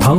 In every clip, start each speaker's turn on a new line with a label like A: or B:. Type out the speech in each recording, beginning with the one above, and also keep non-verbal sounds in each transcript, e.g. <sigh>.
A: 糖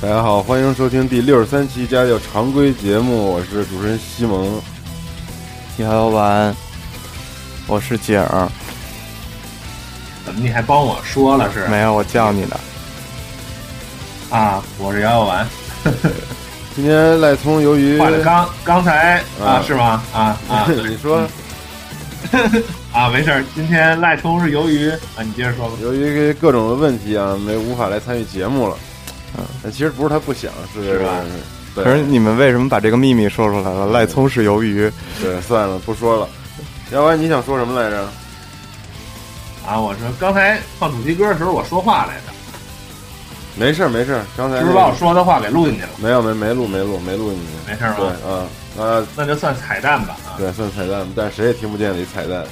B: 大家好，欢迎收听第六十三期家教常规节目，我是主持人西蒙。
C: 你好，晚安。我是景儿，
D: 怎么你还帮我说了是
C: 没有我叫你的。
D: 啊？我是姚耀完，
B: 今天赖聪由于
D: 坏了刚刚才
B: 啊
D: 啊
C: 嗯
D: 是吗？啊啊
B: <laughs> 你说
D: 啊，没事儿，今天赖冲是由于啊，你接着说吧。
B: 由于各种的问题啊，没无法来参与节目了。
C: 嗯
B: 但其实不是他不想，是
D: 是吧
B: 对
C: 可是你们为什么把这个秘密说出来了？赖聪是鱿鱼，
B: 对，算了，不说了。要不然你想说什么来着？
D: 啊，我说刚才放主题歌的时候我说话来着，
B: 没事儿，没事儿，刚才
D: 是
C: 哎
B: 那
D: 不是
B: 个
D: 把我说的话给录进去了？
B: 没有没没录没录没录你，
D: 没事儿
B: 对
D: 吧？
B: 啊啊
D: 那就算彩蛋吧啊。
B: 对，算彩蛋，但谁也听不见里彩蛋。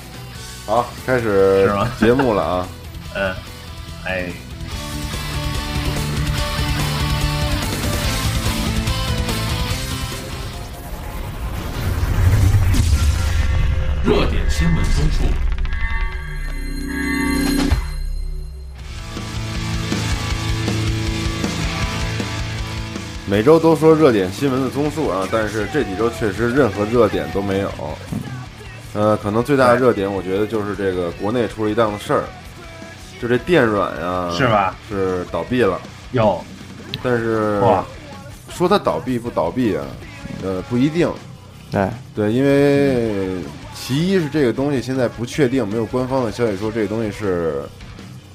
B: 好，开始
D: 是吗
B: 节目了啊。
D: 嗯，哎，
E: 热点新闻综述。
B: 每周都说热点新闻的综述啊，但是这几周确实任何热点都没有。
D: 嗯
B: 呃，可能最大的热点，我觉得就是这个国内出了一档子事儿，就这电软啊，
D: 是？吧？
B: 是倒闭了，
D: 有
B: 但是
D: 哇
B: 说它倒闭不倒闭啊，呃，不一定。
C: 对，
B: 对，因为其一是这个东西现在不确定，没有官方的消息说这个东西是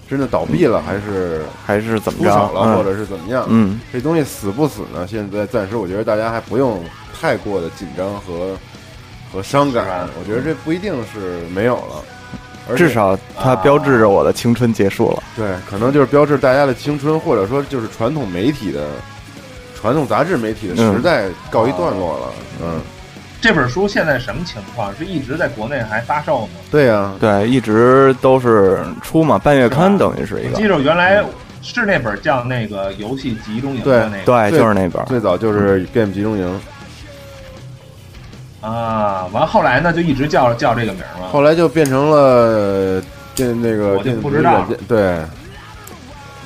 B: 真的倒闭了，还是
C: 还是怎么
B: 出
C: 着？
B: 手了，
C: 嗯
B: 或者是怎么样？
C: 嗯，
B: 这东西死不死呢？现在暂时我觉得大家还不用太过的紧张和和伤
D: 是
B: 感
D: 吧，
B: 我觉得这不一定是没有了，而且啊
C: 至少它标志着我的青春结束了。
B: 对，可能就是标志大家的青春，或者说就是传统媒体的传统杂志媒体的
C: 嗯
B: 时代告一段落
C: 哦
B: 了。嗯，
D: 这本书现在什么情况？是一直在国内还发售吗？
B: 对呀，
C: 对，一直都是出嘛，半月刊
D: 是吧
C: 等于是一
D: 我
C: 个
D: 记。着原来是那本叫那个游戏集中营的那个
C: 对，
B: 对
C: 就是那本儿。
B: 最早就是
C: 嗯
B: Game 集中营，
D: 啊，完后来呢就一直叫叫这个名儿嘛。
B: 后来就变成了电那个
D: 我就
B: 电子
D: 不知道
B: 软件，对，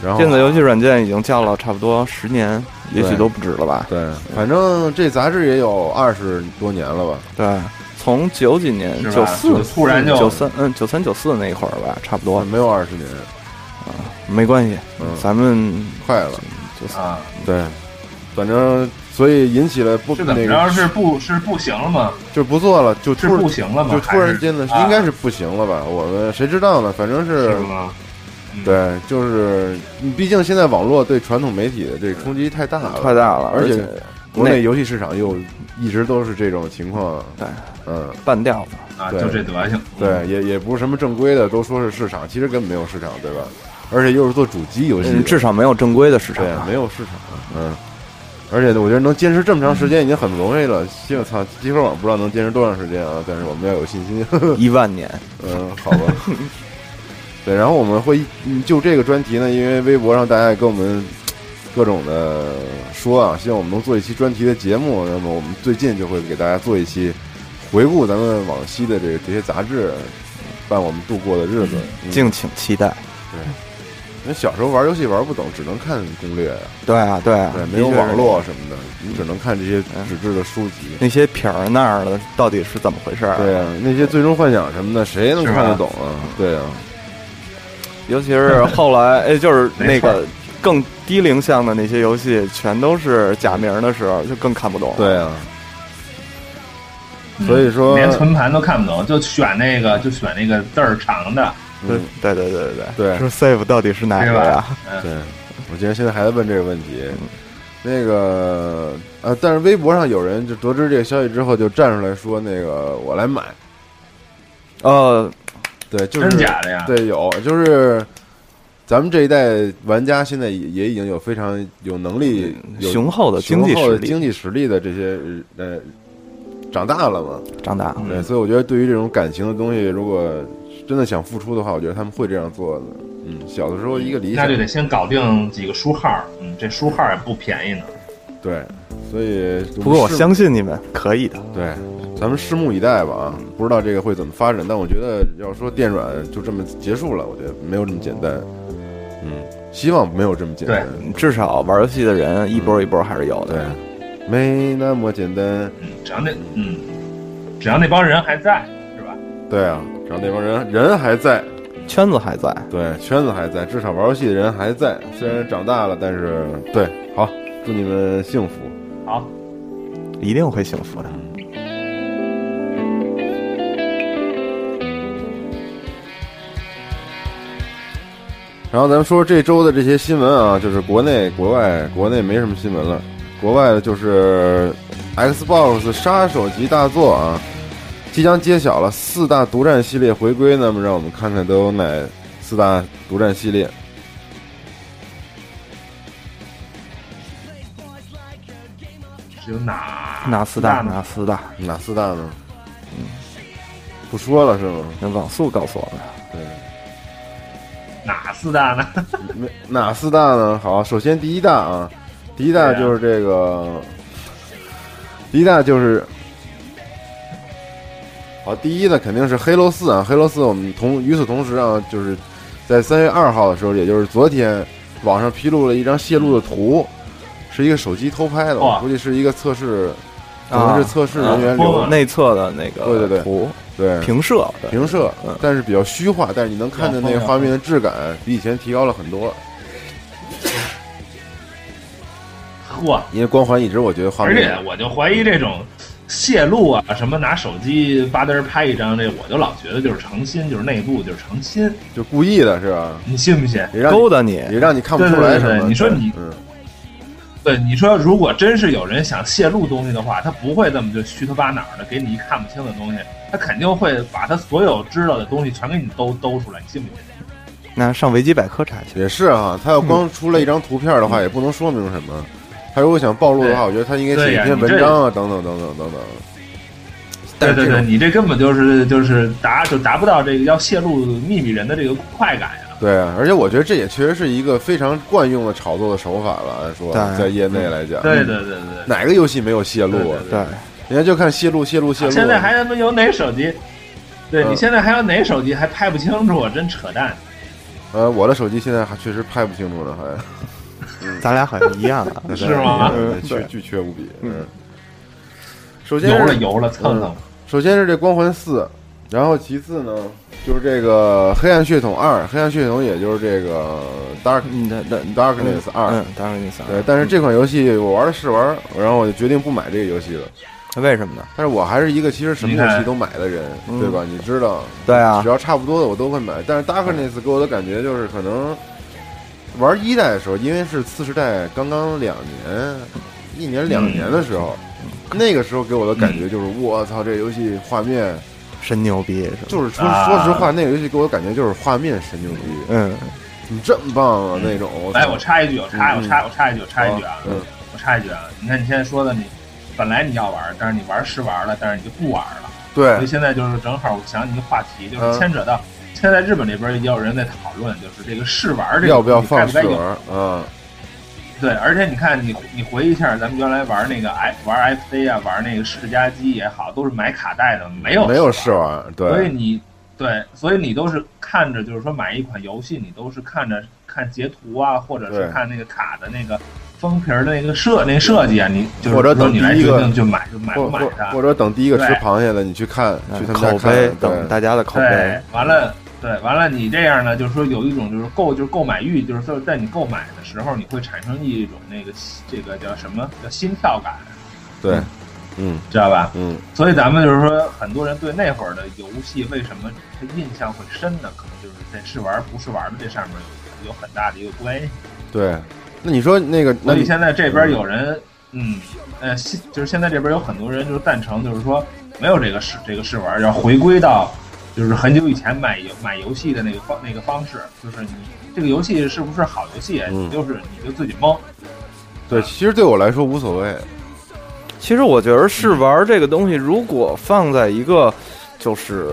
B: 然后
C: 电子游戏软件已经叫了差不多十年，也许
B: 对
C: 都不止了吧？
B: 对，反正这杂志也有二十多年了吧。
C: 对，从九几年
D: 是吧
C: 九四
D: 就突然就
C: 九三嗯九三九四那一会儿吧，差不多
B: 没有二十年，
C: 没关系
B: 嗯，
C: 咱们
B: 快了。
D: 啊，
B: 对，反正所以引起了不
D: 是怎么
B: 那
D: 着？
B: 个
D: 是不是不行了吗？
B: 就不做了，就是突
D: 不行了吗？
B: 就突然
D: 还
B: 间的，
D: 啊
B: 应该是不行了吧？我们谁知道呢？反正
D: 是
B: 是
D: 吗？嗯，
B: 对，就是你毕竟现在网络对传统媒体的这个冲击太大了，
C: 太大了，
B: 而
C: 而
B: 且国内游戏市场又一直都是这种情况。
C: 对，
B: 嗯，
C: 半吊子。
D: 啊，
B: 对
D: 就这德
C: 嗯
D: 行。
B: 对，也也不是什么正规的，都说是市场，其实根本没有市场，对吧？而且又是做主机游戏的，
C: 嗯，至少没有正规的市场
B: 对
C: 啊，，
B: 没有市场，嗯。而且我觉得能坚持这么长时间已经很不容易了。希我操，集合网不知道能坚持多长时间啊！但是我们要有信心。 <laughs>
C: 一万年。
B: 嗯，好吧。 <laughs> 对，然后我们会嗯就这个专题呢，因为微博上大家也跟我们各种的说啊，希望我们能做一期专题的节目。那么我们最近就会给大家做一期回顾咱们往期的这这些杂志伴我们度过的日子。嗯
C: 敬请期待。
B: 因为小时候玩游戏玩不懂，只能看攻略啊。
C: 对啊，对啊，
B: 对，
C: 的
B: 没有
C: 确是
B: 网络什么的，你只能看这些纸质的书籍。
C: 那些撇儿那儿的，到底是怎么回事儿？
B: 对啊，那些最终幻想什么的，谁能
D: 是吧
B: 看得懂啊？对啊，
C: <laughs> 尤其是后来，哎，就是那
D: 没错
C: 个更低龄向的那些游戏，全都是假名儿的时候，就更看不懂。
B: 对啊。所以
D: 嗯
B: 说，
D: 连存盘都看不懂，就选那个，就选那个字儿长的，
C: 对
B: 嗯
C: 对对对对
B: 对
C: 说 save 到底是哪个呀？
B: 对，我竟然现在还在问这个问题。那个呃，但是微博上有人就得知这个消息之后，就站出来说那个我来买。
C: 呃，
B: 对，就是
D: 真假的呀？
B: 对有，就是咱们这一代玩家现在也也已经有非常有能力、有
C: 雄厚的经
B: 雄
C: 济
B: 厚
C: 实
B: 的
C: 力，
B: 经济实力的这些呃长大了嘛。
C: 长大了，
B: 对，所以我觉得对于这种感情的东西，如果真的想付出的话，我觉得他们会这样做的。嗯，小的时候一个理想
D: 那就，得先搞定几个书号，嗯，这书号也不便宜呢。
B: 对，所以不
C: 不过我相信你们可以的。
B: 对，咱们拭目以待吧啊！不知道这个会怎么发展，但我觉得要说电软就这么结束了，我觉得没有这么简单。嗯，希望没有这么简单。
C: 至少玩游戏的人一波一波还是有
B: 对
C: 的。，
B: 没那么简单。
D: 嗯，只要那嗯，只要那帮人还在，是吧？
B: 对啊，只要那帮人人还在，
C: 圈子还在，
B: 对，圈子还在，至少玩游戏的人还在。虽然长大了，但是对，好，祝你们幸福。
D: 好，
C: 一定会幸福的。
B: 然后咱们说这周的这些新闻啊，就是国内、国外，国内没什么新闻了，国外的就是 Xbox 杀手级大作啊，即将揭晓了四大独占系列回归。那么让我们看看都有哪四大独占系列。
D: 是有哪
C: 纳斯达，
D: 呢？
C: 纳斯达，
B: 哪四大呢？不说了是吗？
C: 那网速告诉我们，
B: 对，
D: 哪四大呢？ <laughs>
B: 没哪四大呢？好，首先第一大啊，第一大就是这个，第一大就是，好，第一呢肯定是黑楼四啊，黑楼四我们同与此同时啊，就是在三月二号的时候，也就是昨天，网上披露了一张泄露的图，是一个手机偷拍的，我
D: 哇
B: 估计是一个测试，可
C: 啊
B: 能是测试人员
D: 啊
B: 留的，
D: 哇
C: 内测的那个
B: 对对嗯对
C: 图
B: 对，
C: 平射的，
B: 平啊射
C: 嗯，
B: 但是比较虚化，但是你能看见那个画面的质感比以前提高了很多。
D: 嚯！
B: 因为光环一直我觉得画
D: 而且
B: 面，
D: 我就怀疑这种泄露啊，什么拿手机吧嘚儿拍一张，这我就老觉得就是诚心，就是内部就是诚心，
B: 就故意的是吧？
D: 你信不信？
B: 也让
C: 勾
B: 你
C: 搭你，
B: 也让你看不出来什
D: 对对对
B: 么。
D: 对你说你
B: 嗯，
D: 对，你说如果真是有人想泄露东西的话，他不会这么就虚头巴脑的给你一看不清的东西，他肯定会把他所有知道的东西全给你兜兜出来，你信不信？
C: 那上维基百科查去。
B: 也是哈，他要光出来一张图片的话，也不能说明什么。他如果想暴露的话，
D: 对
B: 我觉得他应该
D: 对
B: 写
D: 呀
B: 一篇
D: 你这
B: 文章啊，等等等等等等。但
D: 对对
B: 是这
D: 对，
B: 种
D: 你这根本就是就是达就达不到这个要泄露秘密人的这个快感啊呀。
B: 对，啊而且我觉得这也确实是一个非常惯用的炒作的手法了。按说
C: 对
B: 在业内来讲，
D: 对对对对
B: 哪个游戏没有泄露？啊？
D: 对
C: 对，
B: 人家就看泄露、泄露、泄
D: 对，
B: 露。
D: 现在还他妈有哪手机？对
B: 嗯
D: 你现在还有哪手机还拍不清楚？真扯淡！
B: 呃，我的手机现在还确实拍不清楚了，好像。
C: 咱俩好像一样啊。
D: 是
B: <laughs>
D: 吗
B: 嗯
C: 嗯
B: 缺
C: 对
B: 巨缺无比。嗯
C: 嗯，
B: 首先
D: 游了
B: 是嗯
D: 游了蹭蹭，
B: 首先是这《光环四》，然后其次呢就是这个《黑暗血统二》，《黑暗血统》也就是这个 Dark
C: 嗯，那那
B: Darkness 二、
C: 嗯，Darkness
B: 对
C: 二，，
B: 但是这款游戏我玩的试玩，然后我就决定不买这个游戏了。
C: 为什么呢？
B: 但是我还是一个其实什么
D: 你看
B: 游戏都买的人，
C: 嗯
B: 对吧？你知道，
C: 对啊
B: 只，要差不多的我都会买。但是 Darkness 给我的感觉就是，可能玩一代的时候，因为是次世代刚刚两年，一年两年的时候，
C: 嗯
B: 那个时候给我的感觉就是，我操，这游戏画面
C: 真牛逼，是吧？
B: 就是说
D: 啊
B: 说实话，那个游戏给我的感觉就是画面神牛逼，
C: 嗯，
B: 你这么棒啊那种。操
D: 哎来，我插一句，我插
B: 嗯
D: 我插我插一句，我插一句啊，
B: 嗯，
D: 我插一句啊，你看你现在说的你。本来你要玩，但是你玩是玩了，但是你就不玩了。所以
B: 对
D: 现在就是正好我想起一个话题，就
B: 嗯
D: 是牵扯到现在日本这边也有人在讨论，就是这个试玩这个
B: 要不要
D: 你该
B: 放
D: 不
B: 试
D: 该有
B: 玩啊？
D: 对，而且你看，你你回忆一下，咱们原来玩那个 F 玩 FC 啊，玩那个世嘉机也好，都是买卡带的，没有
B: 没有试
D: 试玩，
B: 玩，
D: 所以
B: 对
D: 你对，所以你都是看着，就是说买一款游戏，你都是看着看截图啊，或者
B: 对
D: 是看那个卡的那个封皮儿的那个设那个设计啊，你就是
B: 或者
D: 说
B: 等
D: 你来
B: 第一
D: 决
B: 个
D: 定就买就买
B: 或
D: 不买
B: 或
D: 它
B: 或，者等第一个吃
D: 对
B: 螃蟹的，你去看去他们家
C: 嗯口
B: 看
C: 碑，
B: 对
C: 等大家的口
D: 对
C: 碑，，
D: 完了。对，完了，你这样呢，就是说有一种就是购，就是购买欲，就是说在你购买的时候，你会产生一种那个这个叫什么叫心跳感，
B: 对，嗯
D: 知道吧？
B: 嗯
D: 所以咱们就是说，很多人对那会儿的游戏为什么他印象会深呢？可能就是这是玩不是玩的这上面有有很大的一个关系。
B: 对。那你说那个，那
D: 所以
B: 你
D: 现在这边有人，嗯，呃，现就是现在这边有很多人就是赞成，就是说没有这个试这个试玩，要回归到就是很久以前买游买游戏的那个方那个方式，就是你这个游戏是不是好游戏，
B: 嗯
D: 你就是你就自己蒙，
B: 对，其实对我来说无所谓。
C: 其实我觉得试玩这个东西，如果放在一个就是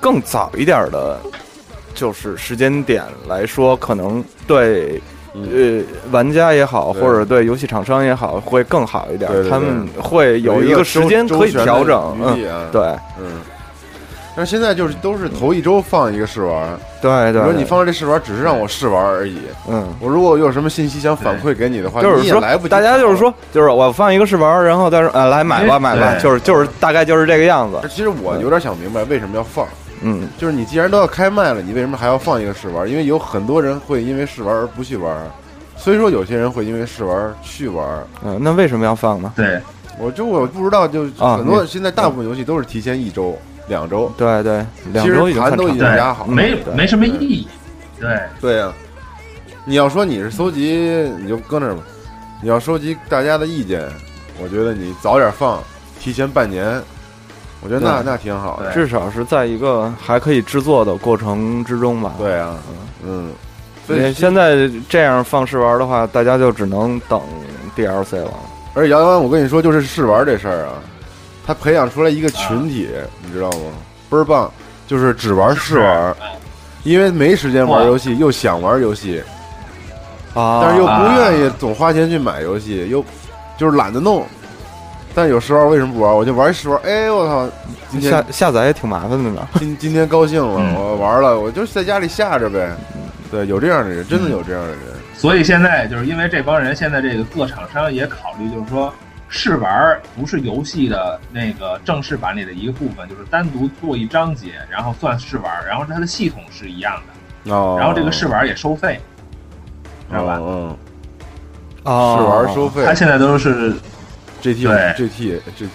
C: 更早一点的，就是时间点来说，可能对
B: 嗯，
C: 呃玩家也好，
B: 对
C: 或者对游戏厂商也好，会更好一点
B: 对。对对
C: 他们会有一个时间可以调
B: 周周
C: 整，
B: 旋的余
C: 嗯，
B: 地啊，
C: 对
B: 嗯。但是现在就是都是头一周放一个试玩，
C: 对
B: 你
C: 对。
B: 说你
C: 对，
B: 放这试玩只是让我试玩而已。
C: 嗯。
B: 我如果有什么信息想反馈给你的话，
C: 就是
B: 你也
C: 说
B: 来不及，
C: 大家就是，说，就是我放一个试玩，然后再说，呃，来买吧，
D: 哎
C: 买吧，
D: 对
C: 就是就是大概就是这个样子，
B: 其实我有点想明白为什么要放，
C: 嗯，
B: 就是你既然都要开麦了，你为什么还要放一个试玩？因为有很多人会因为试玩而不去玩，所以说有些人会因为试玩去玩。
C: 嗯，那为什么要放呢？
D: 对，
B: 我就我不知道，就
C: 啊
B: 很多
C: 你
B: 现在大部分游戏都是提前一周、两周，
C: 对对，两
B: 其实
C: 周已经
B: 盘
C: 看
B: 都
C: 长
B: 已
C: 了
B: 经压好
D: 对，
B: 了
D: 没
C: 对
D: 没什么意义，对。
B: 对呀、你要说你是搜集，你就搁那儿吧。你要收集大家的意见，我觉得你早点放，提前半年，我觉得那
C: 对
B: 那挺好的。
D: 对
C: 至少是在一个还可以制作的过程之中吧。
B: 对啊，嗯，所
C: 你
B: 以
C: 现在这样放试玩的话，大家就只能等 DLC 了。
B: 而且杨洋，我跟你说，就是试玩这事儿啊，他培养出来一个群体，
D: 啊
B: 你知道吗？倍儿棒，就是只玩试玩，
D: 哎
B: 因为没时间玩
D: 哇
B: 游戏，又想玩游戏，
C: 啊，
B: 但是又不
D: 啊
B: 愿意总花钱去买游戏，又就是懒得弄。但有时候为什么不玩？我就玩一试玩，哎，我操！今天
C: 下下载也挺麻烦的呢。
B: 今今天高兴了，
D: 嗯
B: 我玩了，我就在家里下着呗。对，有这样的人，真的有这样的人。
D: 所以现在就是因为这帮人，现在这个各厂商也考虑，就是说试玩儿不是游戏的那个正式版里的一个部分，就是单独做一章节，然后算试玩儿，然后它的系统是一样的，
B: 哦，
D: 然后这个试玩儿也收费，知道吧？
B: 嗯，嗯
C: 啊，
B: 试玩收费
D: 它现在都是，
B: ，GT
D: 对
B: GT 这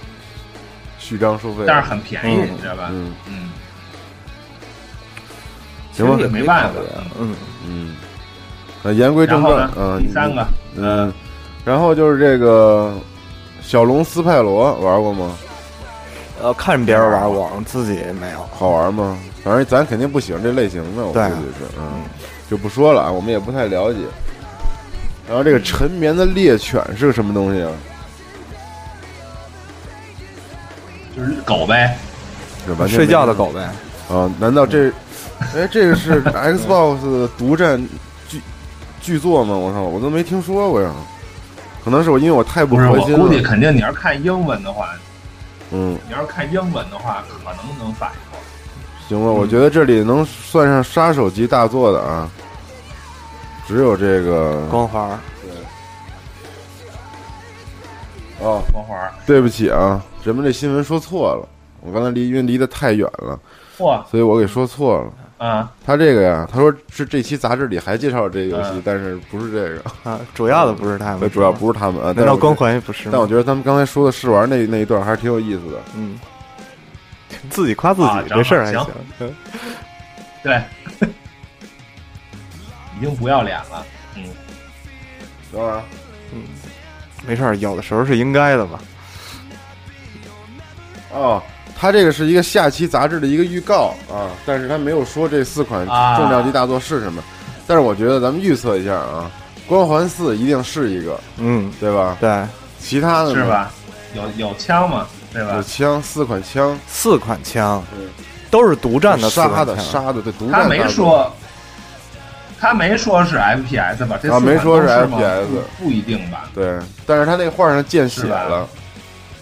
B: 序章收费，
D: 但是很便宜，
C: 嗯
D: 你知道吧？
B: 嗯
D: 嗯，
B: 行吧
D: 其实也没办法。
C: 嗯，
B: 嗯。呃，言归
D: 然
B: 正
D: 后
B: 传，
D: 呢，
B: 嗯，
D: 第三个，
B: 嗯，然后就是这个小龙斯派罗玩过吗？
C: 呃，看别人玩过，自己没有。
B: 好玩吗？反正咱肯定不喜欢这类型的，我估
C: 对啊
B: 计是，嗯，就不说了啊，我们也不太了解。然后这个沉眠的猎犬是个什么东西啊？
D: 就是狗呗，
B: 这完全
C: 睡
B: 没
C: 觉的狗呗，
B: 啊？难道这？哎，这个是 Xbox 独占巨巨作吗？我操，我都没听说过呀。可能是我因为我太不
D: 不是
B: 核
D: 我
B: 心
D: 估计
B: 了。
D: 肯定你要是看英文的话，
B: 嗯，
D: 你要是看英文的话，可能能反应过来。
B: 行吧，我觉得这里能算上杀手级大作的啊，只有这个
C: 光环。
B: 哦，
D: 光环儿，
B: 对不起啊，咱们这新闻说错了，我刚才离因为离得太远了，
D: 嚯
B: 所以我给说错了。
D: 啊，
B: 他这个呀，他说是这期杂志里还介绍这个游戏，
D: 嗯
B: 但是不是这个，
C: 啊，主要的不是
B: 所
C: 他们，嗯
B: 以主要不是他们啊。
C: 难道光
B: 光？
C: 环也不是吗？
B: 但我觉得他们刚才说的试玩那那一段还是挺有意思的。
C: 嗯，自己夸自
D: 啊
C: 己这事儿还
D: 行
C: 行。嗯
D: 对， <laughs> 已经不要脸了。嗯，
B: 等会儿啊，
C: 没事儿，有的时候是应该的吧。
B: 哦，他这个是一个下期杂志的一个预告啊，但是他没有说这四款
D: 啊
B: 重量级大作是什么。但是我觉得咱们预测一下啊，《光环四》一定是一个，
C: 嗯，
B: 对吧？
C: 对，
B: 其他
C: 嗯
B: 的呢
D: 是？吧？有有枪嘛，对
B: 有
D: 吧？
B: 枪，四款枪，
C: 四款枪
B: 对
C: 都是独嗯占的四
B: 杀
C: 款
B: 的
C: 枪，
B: 杀的，对，独占
D: 他没
B: 大作
D: 说，他没说是 FPS 吧？这
B: 啊
D: 四款
B: 没说是
D: 都吗
B: FPS
D: 不不一定吧？
B: 对，但是他那个画上见血
D: 是吧
B: 了。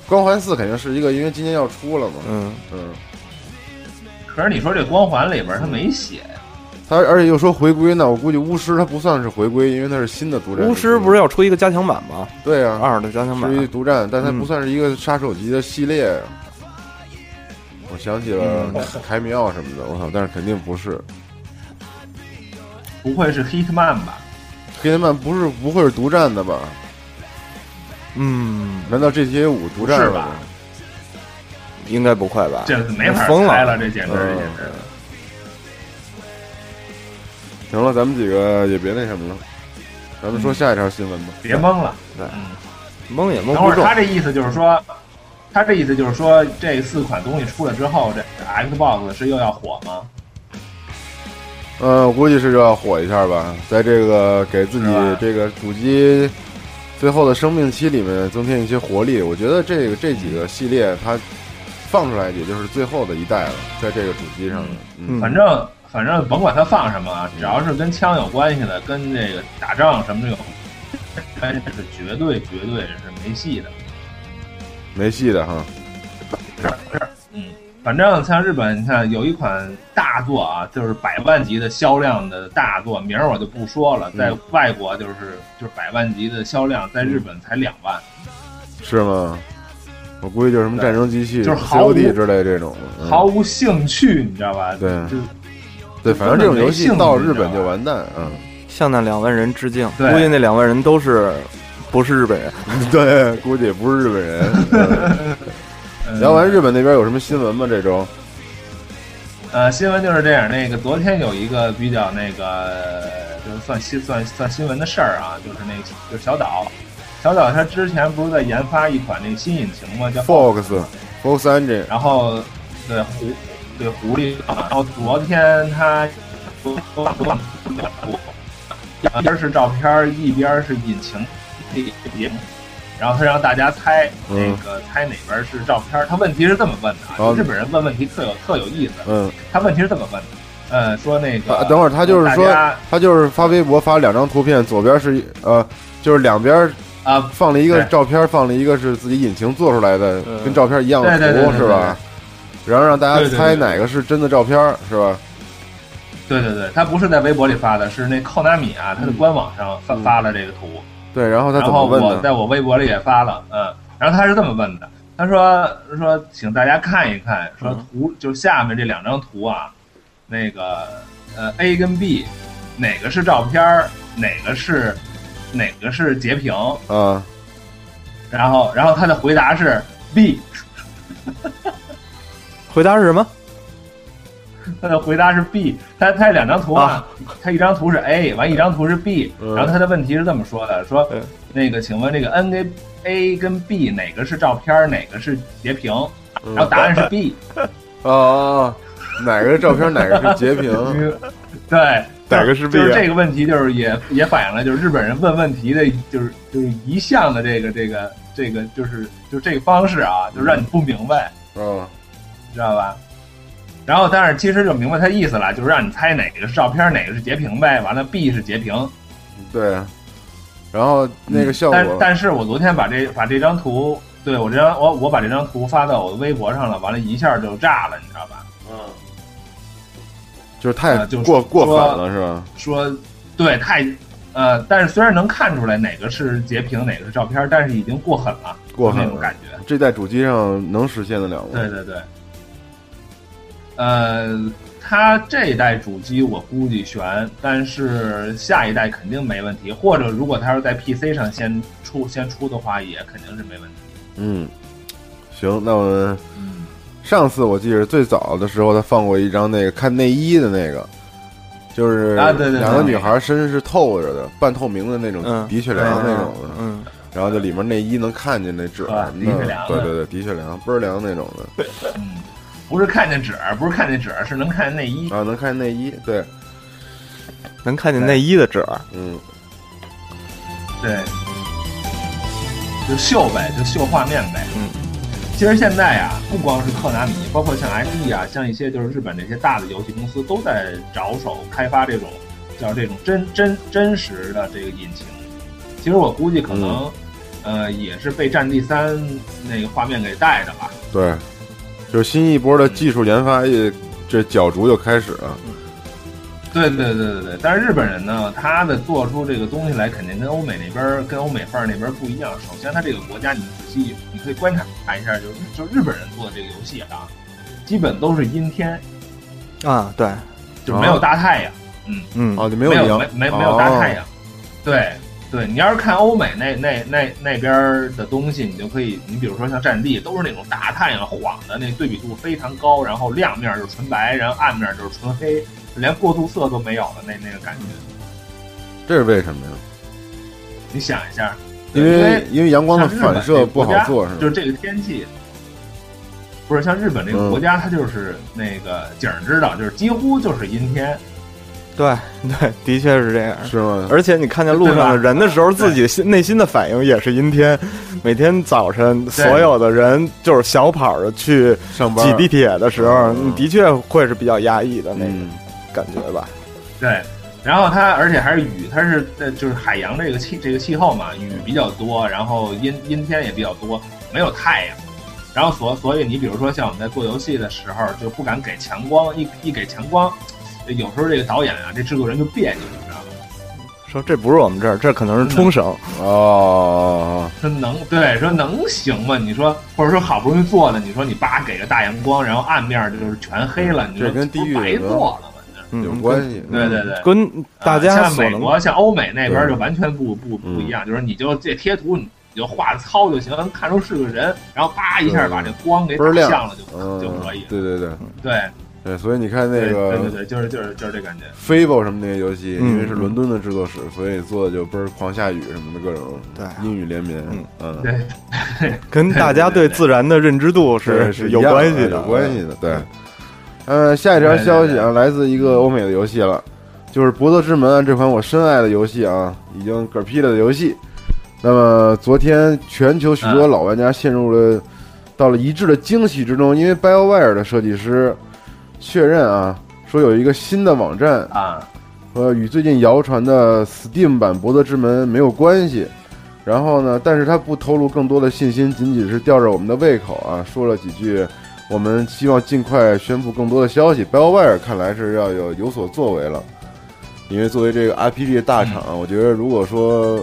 B: 光环四肯定是一个，因为今年要出了嘛。
C: 嗯，
B: 嗯，
D: 可是你说这光环里边他没写，
B: 他而且又说回归呢，我估计巫师他不算是回归，因为他是新的独占游戏。
C: 巫师不是要出一个加强版吗？
B: 对啊，
C: 二的加强版
B: 是，一独占，但他
C: 嗯
B: 不算是一个杀手级的系列呀。
D: 嗯
B: 我想起了
C: 嗯
B: 凯米奥什么的，我操！但是肯定不是，
D: 不会是 Hitman 吧？
B: 黑天曼不是不会是独占的吧？
C: 嗯，
D: 嗯
B: 难道 GTA 五独占
D: 不是
B: 了吗
D: 吧？
C: 应该不会吧？
D: 这没法
C: 疯
D: 猜
C: 了
D: 了，
C: 嗯
D: 这简直这简直。
B: 行了，咱们几个也别那什么了，咱
D: 嗯
B: 们说下一条新闻吧。
D: 别懵了。
C: 对
D: 嗯，
C: 蒙也蒙
D: 等
C: 不
D: 会儿
C: 中。
D: 他这意思就是说，他这意思就是说，这四款东西出了之后，这 Xbox 是又要火吗？
B: 嗯，我估计是要火一下吧，在这个给自己
D: 是吧
B: 这个主机最后的生命期里面增添一些活力。我觉得这个这几个系列它放出来也就是最后的一代了，在这个主机上了。嗯
C: 嗯
D: 反正反正甭管它放什么啊，只要是跟枪有关系的，跟这个打仗什么这种，但是绝对绝对是没戏的。
B: 没戏的哈。
D: 反正像日本，你看有一款大作啊，就是百万级的销量的大作，名儿我就不说了，在
B: 嗯
D: 外国就是就是百万级的销量，在日本才两万。
B: 是吗？我估计就是什么战争机器、
D: 就是毫无
B: COD 之类这种，嗯
D: 毫无兴趣，你知道吧？
B: 对
D: 就
B: 对，反正这种游戏
D: 根本没兴趣
B: 到日本就完蛋，嗯， <laughs>
C: 向那两万人致敬，
D: 对
C: 估计那两万人都是不是日本人。
B: 对，估计也不是日本人。嗯
D: 嗯
B: 聊完日本那边有什么新闻吗？这周
D: 呃，新闻就是这样。那个昨天有一个比较那个，就是算新算算新闻的事儿啊，就是那个就是小岛，小岛他之前不是在研发一款那个新引擎吗？叫
B: Fox Fox Engine，
D: 然后对狐对狐狸，然后昨天他一边是照片，一边是引擎，然后他让大家猜那
B: 嗯
D: 个猜哪边是照片。他问题是这么问的啊，
B: 好
D: 就日本人问问题特有特有意思。
B: 嗯，
D: 他问题是这么问的，呃，说那个、
B: 啊等会儿他就是说
D: 大家
B: 他就是发微博发两张图片，左边是呃，就是两边
D: 啊，
B: 放了一个
D: 对
B: 照片，放了一个是自己引擎做出来的，
C: 嗯
B: 跟照片一样的
D: 对对对
B: 图
D: 对
B: 是吧？然后让大家
D: 对对对对
B: 猜哪个是真的照片是吧？
D: 对对对，他不是在微博里发的，是那寇纳米啊，他的官网上发、发了这个图，
B: 对，然后他
D: 然
B: 嗯怎么
D: 后
B: 问
D: 我
B: 呢？
D: 在我微博里也发了，嗯，然后他是这么问的，他说说请大家看一看，说图、就下面这两张图啊，那个呃 A 跟 B 哪个是照片儿，哪个是哪个是截屏，
B: 啊，
D: 然后然后他的回答是 B，
C: 回答是什么？
D: 他的回答是 B，他他两张图啊，他一张图是 A，完一张图是 B，、
B: 嗯
D: 然后他的问题是这么说的，说、
C: 嗯
D: 那个请问这个 N 跟 A 跟 B 哪个是照片儿，哪个是截屏？
B: 嗯
D: 然后答案是 B，、
B: 哦哦，哦哪个是照片，哪个是截屏？
D: <laughs> 对，
B: 嗯哪个是 B 啊
D: 就是这个问题，就是也也反映了，就是日本人问问题的，就是就是一向的这个这个这个，就是就这个方式啊，就让你不明白，
B: 嗯，
D: 你知道吧？然后，但是其实就明白他意思了，就是让你猜哪个是照片，哪个是截屏呗。完了，B 是截屏，
B: 对。啊然后那个效
D: 嗯但
B: 果，
D: 但是我昨天把这把这张图，对我这张我我把这张图发到我的微博上了，完了一下就炸了，你知道吧？
E: 嗯，
B: 就是太
D: 啊就是
B: 过过
D: 说
B: 分了，是吧？
D: 说对太呃，但是虽然能看出来哪个是截屏，哪个是照片，但是已经过狠了，
B: 过狠
D: 那
B: 了
D: 种感觉。
B: 这在主机上能实现得了吗？
D: 对对对，呃，它这一代主机我估计悬，但是下一代肯定没问题，或者如果它是在 PC 上先出先出的话，也肯定是没问题。
B: 嗯，行，那我们
D: 嗯，
B: 上次我记得最早的时候，他放过一张那个看内衣的那个，就是
D: 啊对对对
B: 两个女孩身是透着的、半透明的那种
C: 嗯
B: 的确凉那种的，
C: 嗯，
B: 然后就里面内衣能看见那褶
D: 啊
B: 儿，
D: 的
B: 那
D: 确凉
B: 对
D: 的
B: 对对，的确凉，倍儿凉那种的。
D: 不是看见褶儿，不是看见褶儿，是能看见内衣。
B: 啊，能看内衣，对，
C: 能看见内衣的褶儿。
B: 嗯，
D: 对，就秀呗，就秀画面呗。
C: 嗯，
D: 其实现在啊，不光是克南米，包括像 SE 啊，像一些就是日本这些大的游戏公司，都在着手开发这种叫这种真真真实的这个引擎。其实我估计可能，呃，也是被《战地三》那个画面给带的吧。
B: 对，就是新一波的技术研发也这角逐就开始了。
D: 嗯对对对对对，但是日本人呢，他的做出这个东西来，肯定跟欧美那边儿跟欧美范儿那边儿不一样。首先，他这个国家，你仔细你可以观察一下，就是就日本人做的这个游戏啊，基本都是阴天，
C: 啊，对，
D: 就没有大太阳，
C: 嗯，
B: 哦，就没
D: 没
B: 有
D: 有
B: 阳，哦
D: 没没没有大太阳。对，对你要是看欧美那那那那边儿的东西，你就可以，你比如说像《战地》，都是那种大太阳晃的，那对比度非常高，然后亮面就是纯白，然后暗面就是纯黑，连过渡色都没有了，那那个感觉。
B: 哦这是为什么呀？
D: 你想一下，对
B: 因为因为阳光的
D: 像日本
B: 反射
D: 这
B: 不
D: 国
B: 好
D: 家
B: 做，是
D: 就
B: 吗？
D: 是这个天气，不是像日本这
B: 嗯
D: 个国家，它就是那个景儿知道，就是几乎就是阴天。
C: 对对，的确是这样。
B: 是吗？
C: 而且你看见路上的人的时候，自己心内心的反应也是阴天。每天早晨，所有的人就是小跑着去
B: 上班
C: 挤地铁的时候，
B: 嗯
C: 你的确会是比较压抑的那种
B: 嗯，
C: 感觉吧？
D: 对，然后它而且还是雨，它是呃就是海洋这个气这个气候嘛，雨比较多，然后阴阴天也比较多，没有太阳。然后所所以你比如说像我们在做游戏的时候，就不敢给强光，一一给强光，有时候这个导演啊，这制作人就别扭，你知道吗？
C: 说这不是我们这儿，这可能是冲绳。
B: 哦，
D: 说能对，说能行吗？你说或者说好不容易做的，你说你叭给个大阳光，然后暗面就是全黑了，你说
B: 嗯这跟地狱
D: 不白
B: 有关
D: 做了吗？这
C: 嗯
B: 有关系。
D: 对对对。
C: 跟
B: 啊
C: 大
D: 呃
C: 家
D: 像
C: 所
D: 美
C: 能
D: 国、像欧美那边
B: 对
D: 就完全不不
B: 嗯
D: 不一样，就是你就这贴图，你就画糙就行，看出是个人，然后叭一下
B: 对
D: 把这光给
B: 倍
D: 打
B: 儿亮
D: 向了就
B: 嗯
D: 就可以，了。
B: 对对对
D: 对
B: 对，所以你看
D: 对
B: 那
D: 对对
B: 个
D: 对，就是就是就是这感觉。
B: Fable 什么那些游戏，
C: 嗯
B: 因为是伦敦的制作室，所以做的就倍儿狂下雨什么的各种，
C: 对
B: 阴雨连绵
C: 嗯，
B: 嗯，
D: 对，
C: 跟大家对自然的认知度
B: 是
C: 是
B: 是
C: 有
B: 一样
C: 关系的，
B: 有关系的，对。呃，下一条消息啊，来自一个欧美的游戏了，就是《博德之门》啊这款我深爱的游戏啊，已经嗝屁了的游戏。那么昨天，全球许多老玩家陷入了到了一致的惊喜之中，因为 BioWare 的设计师确认啊，说有一个新的网站
D: 啊，
B: 呃，与最近谣传的 Steam 版《博德之门》没有关系。然后呢，但是他不透露更多的信息，仅仅是吊着我们的胃口啊，说了几句。我们希望尽快宣布更多的消息。BioWare 看来是要有有所作为了，因为作为这个 RPG 大厂，我觉得如果说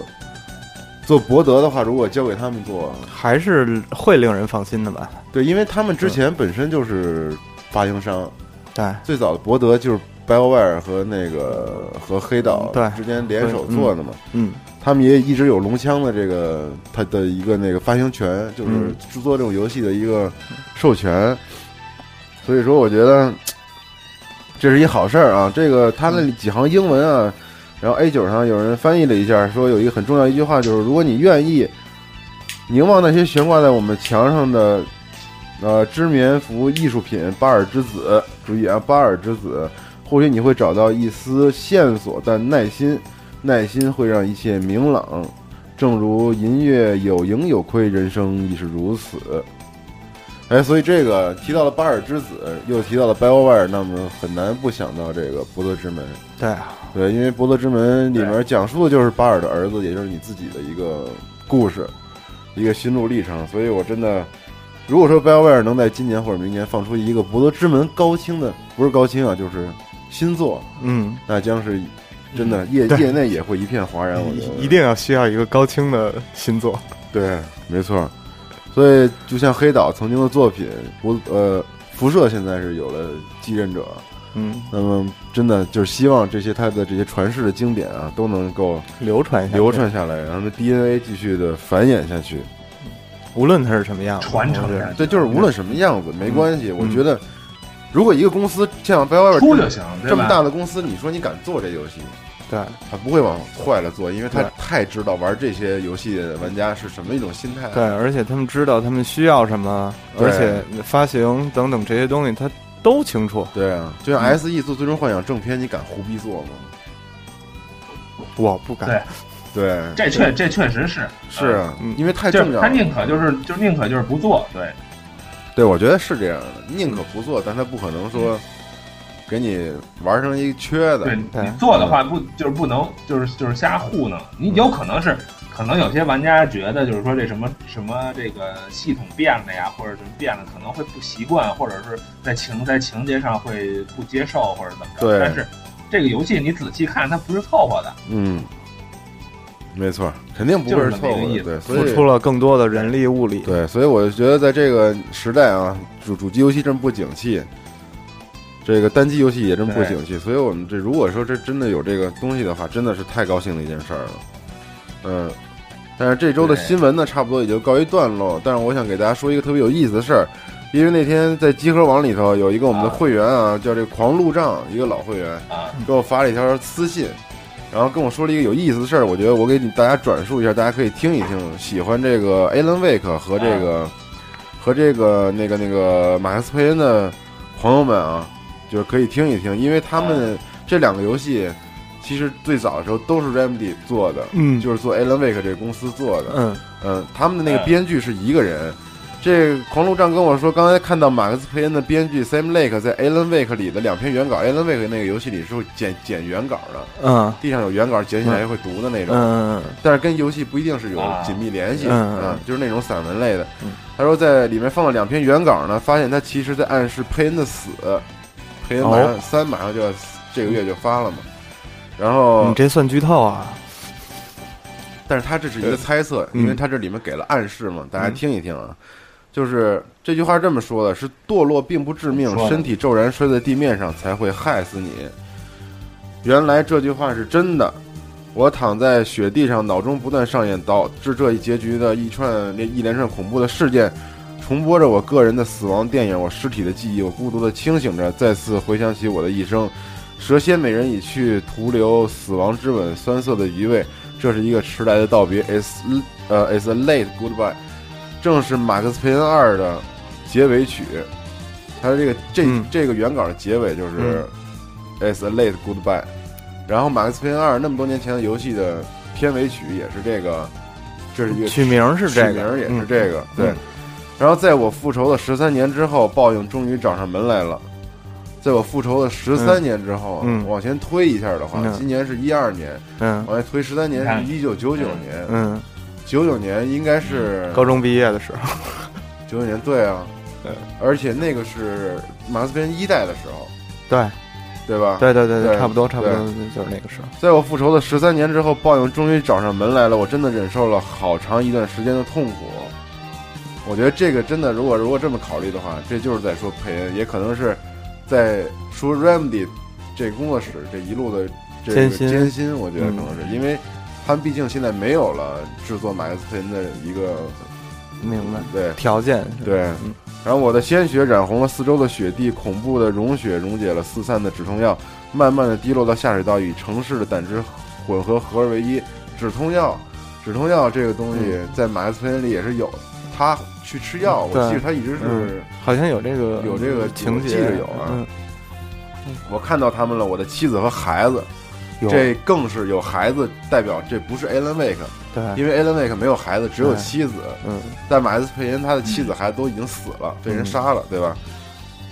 B: 做博德的话，如果交给他们做，
C: 还是会令人放心的吧？
B: 对，因为他们之前本身就是发行商，
C: 对，
B: 最早的博德就是 BioWare 和那个和黑岛
C: 对
B: 之间联手做的嘛。
C: 嗯，
B: 他们也一直有龙枪的这个它的一个那个发行权，就是
C: 嗯
B: 制作这种游戏的一个授权。所以说，我觉得这是一好事儿啊。这个它那几行英文啊，然后 A 九上有人翻译了一下，说有一个很重要一句话，就是如果你愿意凝望那些悬挂在我们墙上的呃织棉服艺术品巴尔之子，注意啊，巴尔之子，或许你会找到一丝线索，但耐心，耐心会让一切明朗。正如银乐有盈有亏，人生亦是如此。哎，所以这个提到了巴尔之子，又提到了 BioWare，那么很难不想到这个《博德之门》。
C: 对啊，
B: 对，因为《伯乐之门》里面讲述的就是巴尔的儿子，也就是你自己的一个故事，一个心路历程。所以我真的，如果说 BioWare 能在今年或者明年放出一个《伯乐之门》高清的，不是高清啊，就是新作，
C: 嗯，
B: 那将是真的业、
C: 对
B: 业内也嗯会一片哗然。我觉得
C: 一一定要需要一个高清的新作。
B: 对，没错。所以就像黑岛曾经的作品，不呃，辐射现在是有了继任者。
C: 嗯，
B: 那么，真的就是希望这些他的这些传世的经典啊，都能够
C: 流传下去
B: 流，传下来，让它 DNA 继续的繁衍下去。
C: 无论它是什么样子，
D: 传
C: 我
D: 承
C: 觉
D: 下
C: 得
D: 去，
B: 嗯对，就是无论什么样子没关系。我
C: 嗯
B: 觉得，如果一个公司像 BioWare
D: 出就行，对
B: 这么
D: 吧？
B: 大的公司，你说你敢做这游戏，
C: 对，
B: 他不会往坏了做，因为他
C: 对
B: 太知道玩这些游戏的玩家是什么一种心态。啊
C: 对，而且他们知道他们需要什么，
B: 对
C: 而且发行等等这些东西，他都清楚。
B: 对啊，就
C: 嗯
B: 像 SE 做《最终幻想》正片，你敢胡逼做吗？
C: 我不敢
D: 对，
B: 对，
D: 这确这确实是
B: 是，啊
C: 嗯，
B: 因为太
D: 就
B: 重
D: 是
B: 要
D: 他
B: 了。
D: 宁可就是就是宁可就是不做，对
B: 对，我觉得是这样的，宁可不做，但他不可能说给你玩成一缺的
D: 嗯对，。你做的话不就是不能就是就是瞎糊弄，你有可能是。可能有些玩家觉得，就是说这什么什么这个系统变了呀，或者什么变了，可能会不习惯，或者是在情在情节上会不接受，或者怎么着。
B: 对
D: 但是这个游戏你仔细看，它不是凑合的。
B: 嗯，没错，肯定不会
D: 就是是
B: 凑
D: 那么
B: 合
D: 一
B: 的，
D: 个
B: 对，所
C: 付出
B: 以
C: 了更多的人力物力。
B: 对，所以我就觉得在这个时代啊，主主机游戏这么不景气，这个单机游戏也真不景气，所以我们这如果说这真的有这个东西的话，真的是太高兴的一件事儿了。嗯，但是这周的
D: 对
B: 新闻呢，差不多也就告一段落。但是我想给大家说一个特别有意思的事儿，因为那天在集合网里头有一个我们的
D: 啊
B: 会员啊，叫这狂路障，一个老会员
D: 啊，
B: 给我发了一条私信，然后跟我说了一个有意思的事儿，我觉得我给你大家转述一下，大家可以听一听。喜欢这个 Alan Wake 和这个、和这个那个那个马克思佩恩的朋友们啊，就是可以听一听，因为他们这两个游戏其实最早的时候都是 Remedy 做的，
C: 嗯
B: 就是做 Alan Wake 这个公司做的，
C: 嗯
B: 嗯，他们的那个编剧是一个人。这个狂路障跟我说，刚才看到马克思佩恩的编剧 Sam Lake 在 Alan Wake 里的两篇原稿，Alan Wake 那个游戏里是会剪剪原稿的，
C: 嗯
B: 地上有原稿捡起来会读的那种，
C: 嗯
B: 但是跟游戏不一定是有
D: 啊
B: 紧密联系，
C: 嗯嗯
B: 啊就是那种散文类的
C: 嗯。
B: 他说在里面放了两篇原稿呢，发现他其实在暗示佩恩的死，佩恩
C: 哦
B: 马上三马上就要死这个月就发了嘛。然
C: 嗯，
B: 后
C: 你，这算剧透啊？
B: 但是他这是一个猜测，
C: 嗯
B: 因为他这里面给了暗示
D: 嗯
B: 嘛，大家听一听啊。就是这句话这么说的：是堕落并不致命
D: 说，的
B: 身体骤然摔在地面上才会害死你。原来这句话是真的。我躺在雪地上，脑中不断上演导致这一结局的一串一连串恐怖的事件，重播着我个人的死亡电影，我尸体的记忆，我孤独的清醒着，再次回想起我的一生。蛇蝎美人已去，徒留死亡之吻，酸涩的余味。这是一个迟来的道别，is 呃 is a late goodbye，正是马克思佩恩二的结尾曲。它这个这、
C: 嗯
B: 这个原稿的结尾就是、is a late goodbye。然后《马克思佩恩二》那么多年前的游戏的片尾曲也是这个，这是一个
C: 取名是这
B: 取
C: 个，
B: 名也是
C: 嗯
B: 这个，对
C: 嗯。
B: 然后在我复仇的十三年之后，报应终于找上门来了。在我复仇的十三年之后，
C: 嗯
B: 往前推一下的话，
C: 嗯
B: 今年是一二年，
C: 嗯
B: 往前哎推十三年是一九九九年，
C: 嗯，
B: 九九年应该是
C: 高中毕业的时候，
B: 九九年，对啊
C: 嗯对，
B: 而且那个是马克思佩恩一代的时候，
C: 对
B: 对吧？
C: 对对对
B: 对
C: 差不多差不多
B: 对
C: 就是那个时候。
B: 在我复仇的十三年之后，报应终于找上门来了。我真的忍受了好长一段时间的痛苦。我觉得这个真的，如果如果这么考虑的话，这就是在说佩恩，也可能是在说 Remedy 这工作室这一路的这个
C: 艰辛
B: 艰辛。我觉得可
C: 嗯
B: 能是、因为他们毕竟现在没有了制作马克思佩恩的一个
C: 明白。
B: 对
C: 条件是吧
B: 对
C: 嗯，
B: 然后我的鲜血染红了四周的雪地，恐怖的融雪溶解了四散的止痛药，慢慢的滴落到下水道，与城市的胆汁混合合而为一。止痛药，止痛药这个东西在马克思芬里也是有的，他去吃药，
C: 嗯对
B: 我记得他一直是
C: 嗯，好像有这个
B: 有这个
C: 情
B: 我
C: 节，
B: 记着有啊
C: 嗯
B: 我看到他们了，我的妻子和孩子，
C: 有
B: 这更是有孩子代表，这不是 Alan Wake，
C: 对，
B: 因为 Alan Wake 没有孩子，只有
C: 对
B: 妻子，
C: 嗯
B: 但马克思佩恩他的妻
D: 嗯
B: 子孩子都已经死了，被人杀了，对吧？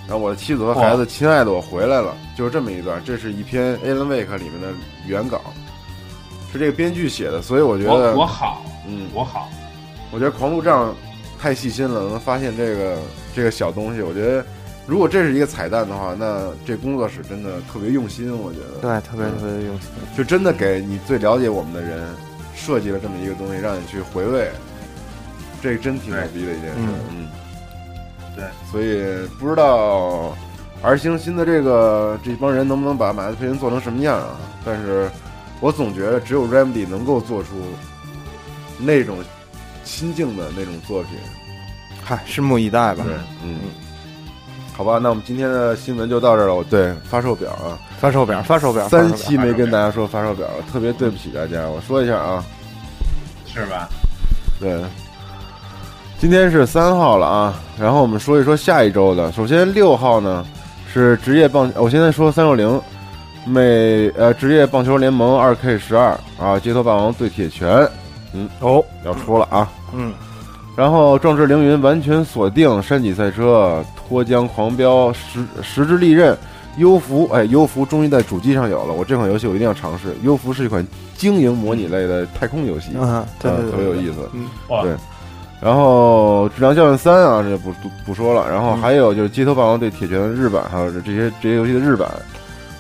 B: 然后我的妻子和孩子，亲爱的，我回来了，就是这么一段。这是一篇《Alan Wake》里面的原稿，是这个编剧写的，所以我觉
D: 我
B: 得
D: 我，好，
B: 嗯，
D: 我好，
B: 我觉得狂路障太细心了，能发现这个这个小东西。我觉得，如果这是一个彩蛋的话，那这工作室真的特别用心。我觉得，
C: 对，特别特别的用心。
B: 就真的给你最了解我们的人设计了这么一个东西，让你去回味，这真挺牛逼的一件事。嗯，
D: 对，
B: 所以不知道 R 星新的这个这帮人能不能把马克思佩恩做成什么样啊？但是我总觉得只有 Remedy 能够做出那种心境的那种作品。
C: 嗨，拭目以待吧。
B: 嗯。好吧，那我们今天的新闻就到这儿了。我对发售表啊，
C: 发售表，啊发售表，
B: 三
C: 发售
B: 期
C: 表
B: 没跟大家说发售表了，特别对不起大家。我说一下啊，
D: 是吧？
B: 对，今天是三号了啊，然后我们说一说下一周的。首先六号呢是职业棒，我现在说三六零美呃职业棒球联盟二 K 十二啊，街头霸王对铁拳
C: 哦，
B: 要出了啊。
C: 嗯，
B: 然后壮志凌云完全锁定山脊赛车、脱缰狂飙、十十之利刃、优服，哎，优服终于在主机上有了，我这款游戏我一定要尝试。优服是一款经营模拟类的太空游戏，
C: 嗯，对
B: 啊
C: 对对，
B: 特别有
C: 对
B: 意思。
C: 嗯，
D: 哇
B: 对然后《质量校园三》啊，这就不不不说了。然后还有就是《街头霸王》对铁拳的日版，还有这这些这些游戏的日版。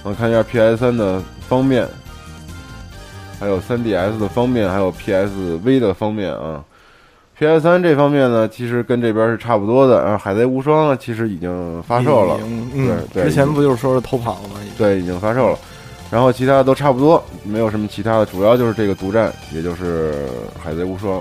B: 我看一下 PS 三的方面，还有 3DS 的方面，还有 PSV 的方面啊。PS 三这方面呢，其实跟这边是差不多的。然后《海贼无双》呢，其实已经发售了
C: 已，经嗯，
B: 对对
C: 之前不就是说是偷跑吗？已经
B: 对，已经发售了。然后其他的都差不多，没有什么其他的，主要就是这个独占，也就是《海贼无双》，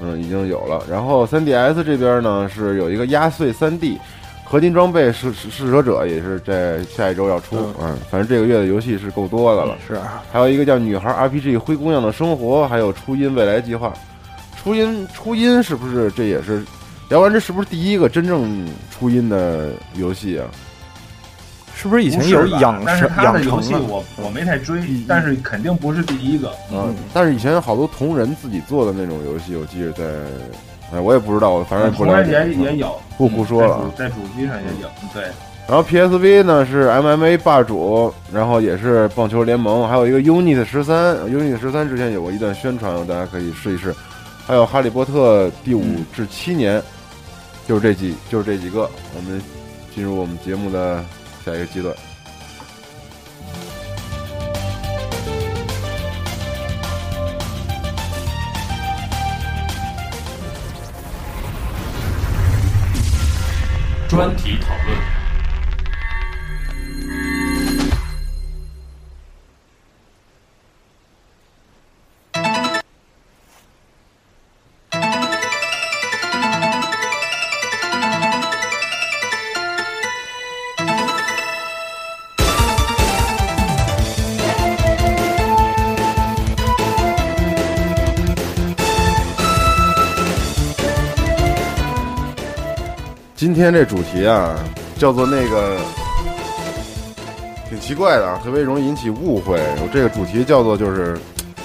C: 嗯
B: 已经有了。然后 3DS 这边呢是有一个压碎 3D 合金装备试试试者者，也是在下一周要出，嗯反正这个月的游戏是够多的了。
C: 是啊
B: 还有一个叫《女孩 RPG 灰姑娘的生活》，还有《初音未来计划》。初音初音是不是这也是摇丸之是不是第一个真正初音的游戏啊？
C: 是不是以
D: 不
C: 前
D: 是
C: 有
D: 吧
C: 养
D: 但是
C: 成
D: 他
C: 养
D: 的游
C: 成
D: 戏
C: 了？
D: 我我没太追，
E: 嗯
D: 但是肯定不是第一个。
B: 嗯，但是以前好多同人自己做的那种游戏，我记得在，哎，我也不知道，反正也不
D: 红
B: 了
D: 人
B: 解。
D: 也也有，
B: 不
D: 嗯
B: 胡说了啊嗯
D: 在主在主机上也有，对，
B: 然后 PSV 呢是 MMA 霸主，然后也是棒球联盟，还有一个 Unit 十三，Unit 十三之前有过一段宣传，大家可以试一试。还有《哈利波特》第五至七年，就是这几，就是这几个。我们进入我们节目的下一个阶段。
E: 专题讨论。
B: 今天这主题啊，叫做那个挺奇怪的啊，特别容易引起误会。我这个主题叫做就是，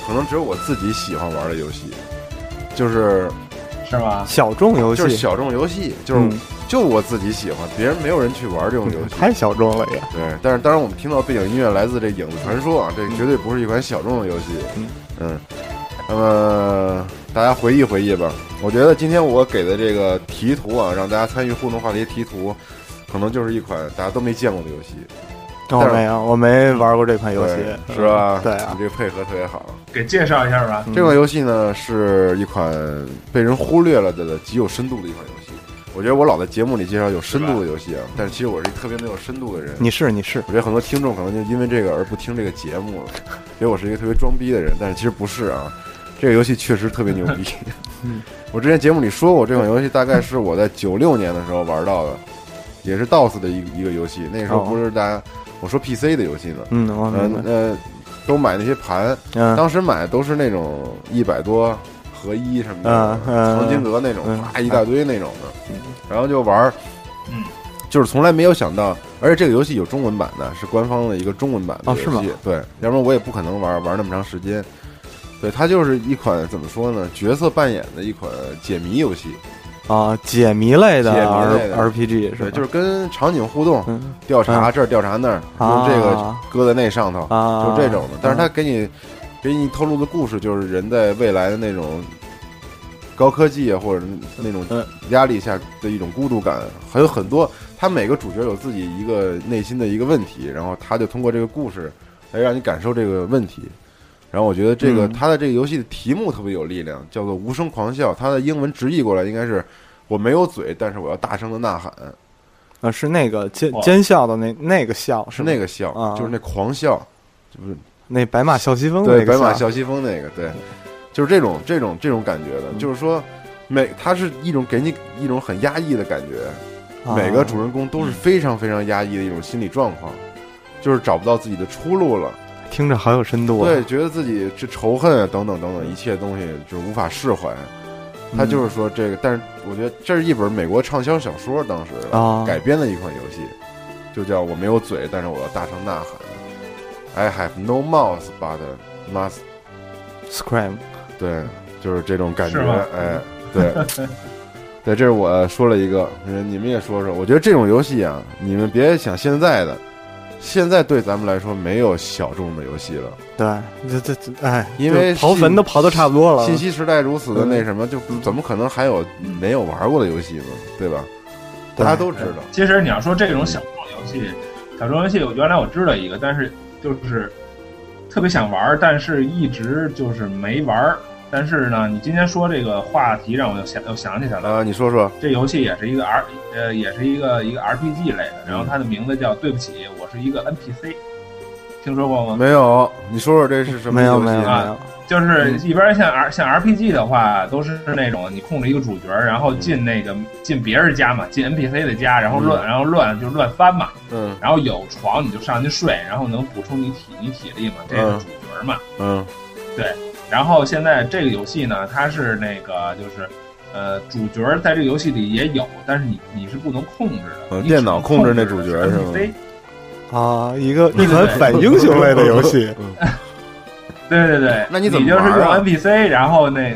B: 可能只有我自己喜欢玩的游戏，就是
D: 是吧？
C: 小众游
B: 就是
C: 戏，
B: 小众游戏，就是、
C: 嗯
B: 就我自己喜欢，别人没有人去玩这种游戏。
C: 太小众了也。
B: 对，但是当然我们听到背景音乐来自这《影子传说》啊，这绝对不是一款小众的游戏。
C: 嗯
B: 嗯，那么大家回忆回忆吧。我觉得今天我给的这个题图啊，让大家参与互动话题题图，可能就是一款大家都没见过的游戏，
C: 我没有，我没玩过这款游戏
B: 对，是吧？
C: 对啊嗯
B: 你，这个配合特别好。
D: 给介绍一下吧。
B: 这款游戏呢，是一款被人忽略了的极有深度的一款游戏。我觉得我老在节目里介绍有深度的游戏啊，但是其实我是一特别没有深度的人。
C: 你是你是，
B: 我觉得很多听众可能就因为这个而不听这个节目了，觉得我是一个特别装逼的人，但是其实不是啊。这个游戏确实特别牛
C: <laughs>
B: 逼。
C: 嗯
B: 我之前节目里说过，这款游戏大概是我在九六年的时候玩到的，也是 DOS 的一个一个游戏。那个时候
C: 哦
B: 不是大家我说 PC 的游戏呢，
C: 嗯，我
B: 呃
C: 明白，
B: 呃，都买那些盘，
C: 嗯，
B: 当时买的都是那种一百多合一什么的
C: 嗯，嗯
B: 藏金额那种
C: 嗯，
B: 啪一大堆那种的，然后就玩儿，
D: 嗯，
B: 就是从来没有想到，而且这个游戏有中文版的，是官方的一个中文版的
C: 哦
B: 游戏，
C: 是吗
B: 对，要不然我也不可能玩玩那么长时间。对，它就是一款怎么说呢，角色扮演的一款解谜游戏，
C: 啊，解谜类的
B: 解谜类的
C: R RPG 是
B: 对，
C: 吧？
B: 就是跟场景互动，
C: 嗯
B: 调查这儿调查那儿，用
C: 啊
B: 这个搁在那上头，
C: 啊，
B: 就这种的。但是它给你给你透露的故事，就是人在未来的那种高科技啊，或者那种
C: 嗯
B: 压力下的一种孤独感，还有很多。他每个主角有自己一个内心的一个问题，然后他就通过这个故事来让你感受这个问题。然后我觉得这个
C: 嗯
B: 他的这个游戏的题目特别有力量，叫做《无声狂笑》，它的英文直译过来应该是“我没有嘴，但是我要大声的呐喊”，
C: 啊，是那个尖
D: 哇
C: 尖笑的那那个笑
B: 是
C: 吗
B: 那个笑，
C: 啊
B: 就是那狂笑，就是
C: 那白马啸西风的
B: 对，
C: 那个
B: 白马啸西风那个，对，就是这种这种这种感觉
C: 嗯
B: 的，就是说每它是一种给你一种很压抑的感觉，
C: 啊
B: 每个主人公都是非常非常压抑的一种心理状况，就是找不到自己的出路了，
C: 听着好有深度啊，
B: 对，觉得自己这仇恨啊等等等等一切东西就是无法释怀。他就是
C: 嗯
B: 说这个，但是我觉得这是一本美国畅销小说，当时
C: 啊
B: 改编的一款游戏，就叫《我没有嘴，但是我要大声呐喊》，I have no mouth but must
C: Scream
B: 对，就是这种感觉
D: 是吗，
B: 哎，
D: <laughs>
B: 对，对，这是我说了一个，你们也说说。我觉得这种游戏啊，你们别想现在的，现在对咱们来说没有小众的游戏了，
C: 对，这这这哎，
B: 因为
C: 就刨
B: 信
C: 坟都刨的差不多了，
B: 信息时代如此的
C: 嗯
B: 那什么，就怎么可能还有没有玩过的游戏呢？对吧？大
C: 对
B: 家都知道，
D: 其实你要说这种小众游戏，小众游戏，我原来我知道一个，但是就是特别想玩儿，但是一直就是没玩儿。但是呢，你今天说这个话题，让我又想又想起它了。
B: 啊，你说说，
D: 这游戏也是一个 R，呃，也是一个一个 RPG 类的，然后它的名字叫《对不起，我是一个 NPC》。听说过吗？
B: 没有，你说说这是什么
C: 没
B: 游
C: 有
B: 戏？啊
C: 没有没有，
D: 就是一般像 R 像 RPG 的话，都是那种你控制一个主角，然后进那个进别人家嘛，进 NPC 的家，然后乱然后乱就是乱翻嘛，
B: 嗯
D: 然后有床你就上去睡，然后能补充你体你体力嘛，这是主角嘛。
B: 嗯
D: 然后现在这个游戏呢，它是那个就是，呃，主角在这个游戏里也有，但是你你是不能控制的，
B: 呃
D: 你
B: 电脑控制那主角
D: 只能
B: 是
D: 控
B: 吗
D: 制 NPC
F: 啊，一个
D: 对
F: 一款反
B: 嗯
F: 英雄类的游
B: <laughs>
F: 戏，
D: 对对对，
B: 那你怎么
D: 就是用
B: 玩啊
D: NPC，然后那，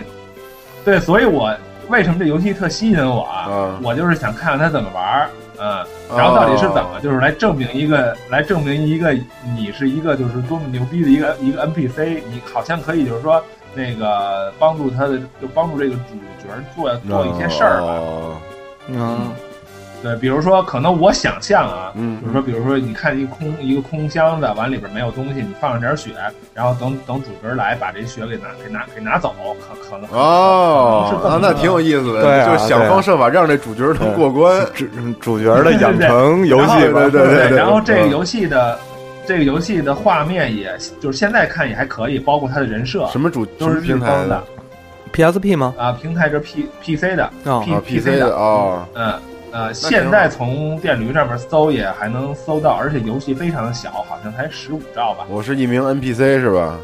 D: 对，所以我为什么这游戏特吸引我啊
B: 啊？
D: 我就是想看看它怎么玩儿，嗯，然后到
B: 哦
D: 底是怎么，就是来证明一个，来证明一个你是一个就是多么牛逼的一个一个 NPC，你好像可以就是说那个帮助他的，就帮助这个主角做做一些事
B: 哦
D: 儿吧。
B: 吧。啊
C: 嗯
D: 对，比如说可能我想象啊，
B: 嗯
D: 就是说，比如说，你看一空一个空箱子，完里边没有东西，你放上点血，然后等等主角来把这血给拿给拿给拿走，可可能
B: 哦，那那挺有意思的，
C: 对啊
B: 就是想方设法让这主角能过关。
F: 主
C: 嗯
F: 主角的养成游戏
B: 对
F: 吧，
B: 对对
D: 然后这个
B: 嗯
D: 游戏的、这个游戏的画面也，就是现在看也还可以，包括它的人设
B: 什么主
D: 都是
B: 什
D: 日
B: 么平台啊
D: 方的
C: ，PSP 吗？
D: 啊，平台这 P P C 的
C: 啊
D: P
B: 啊
D: PC
B: ？PC 的啊，
D: 嗯呃，
B: 挺好
D: 现在从电驴上面搜也还能搜到，而且游戏非常的小，好像才十五兆吧。
B: 我是一名 NPC 是吧？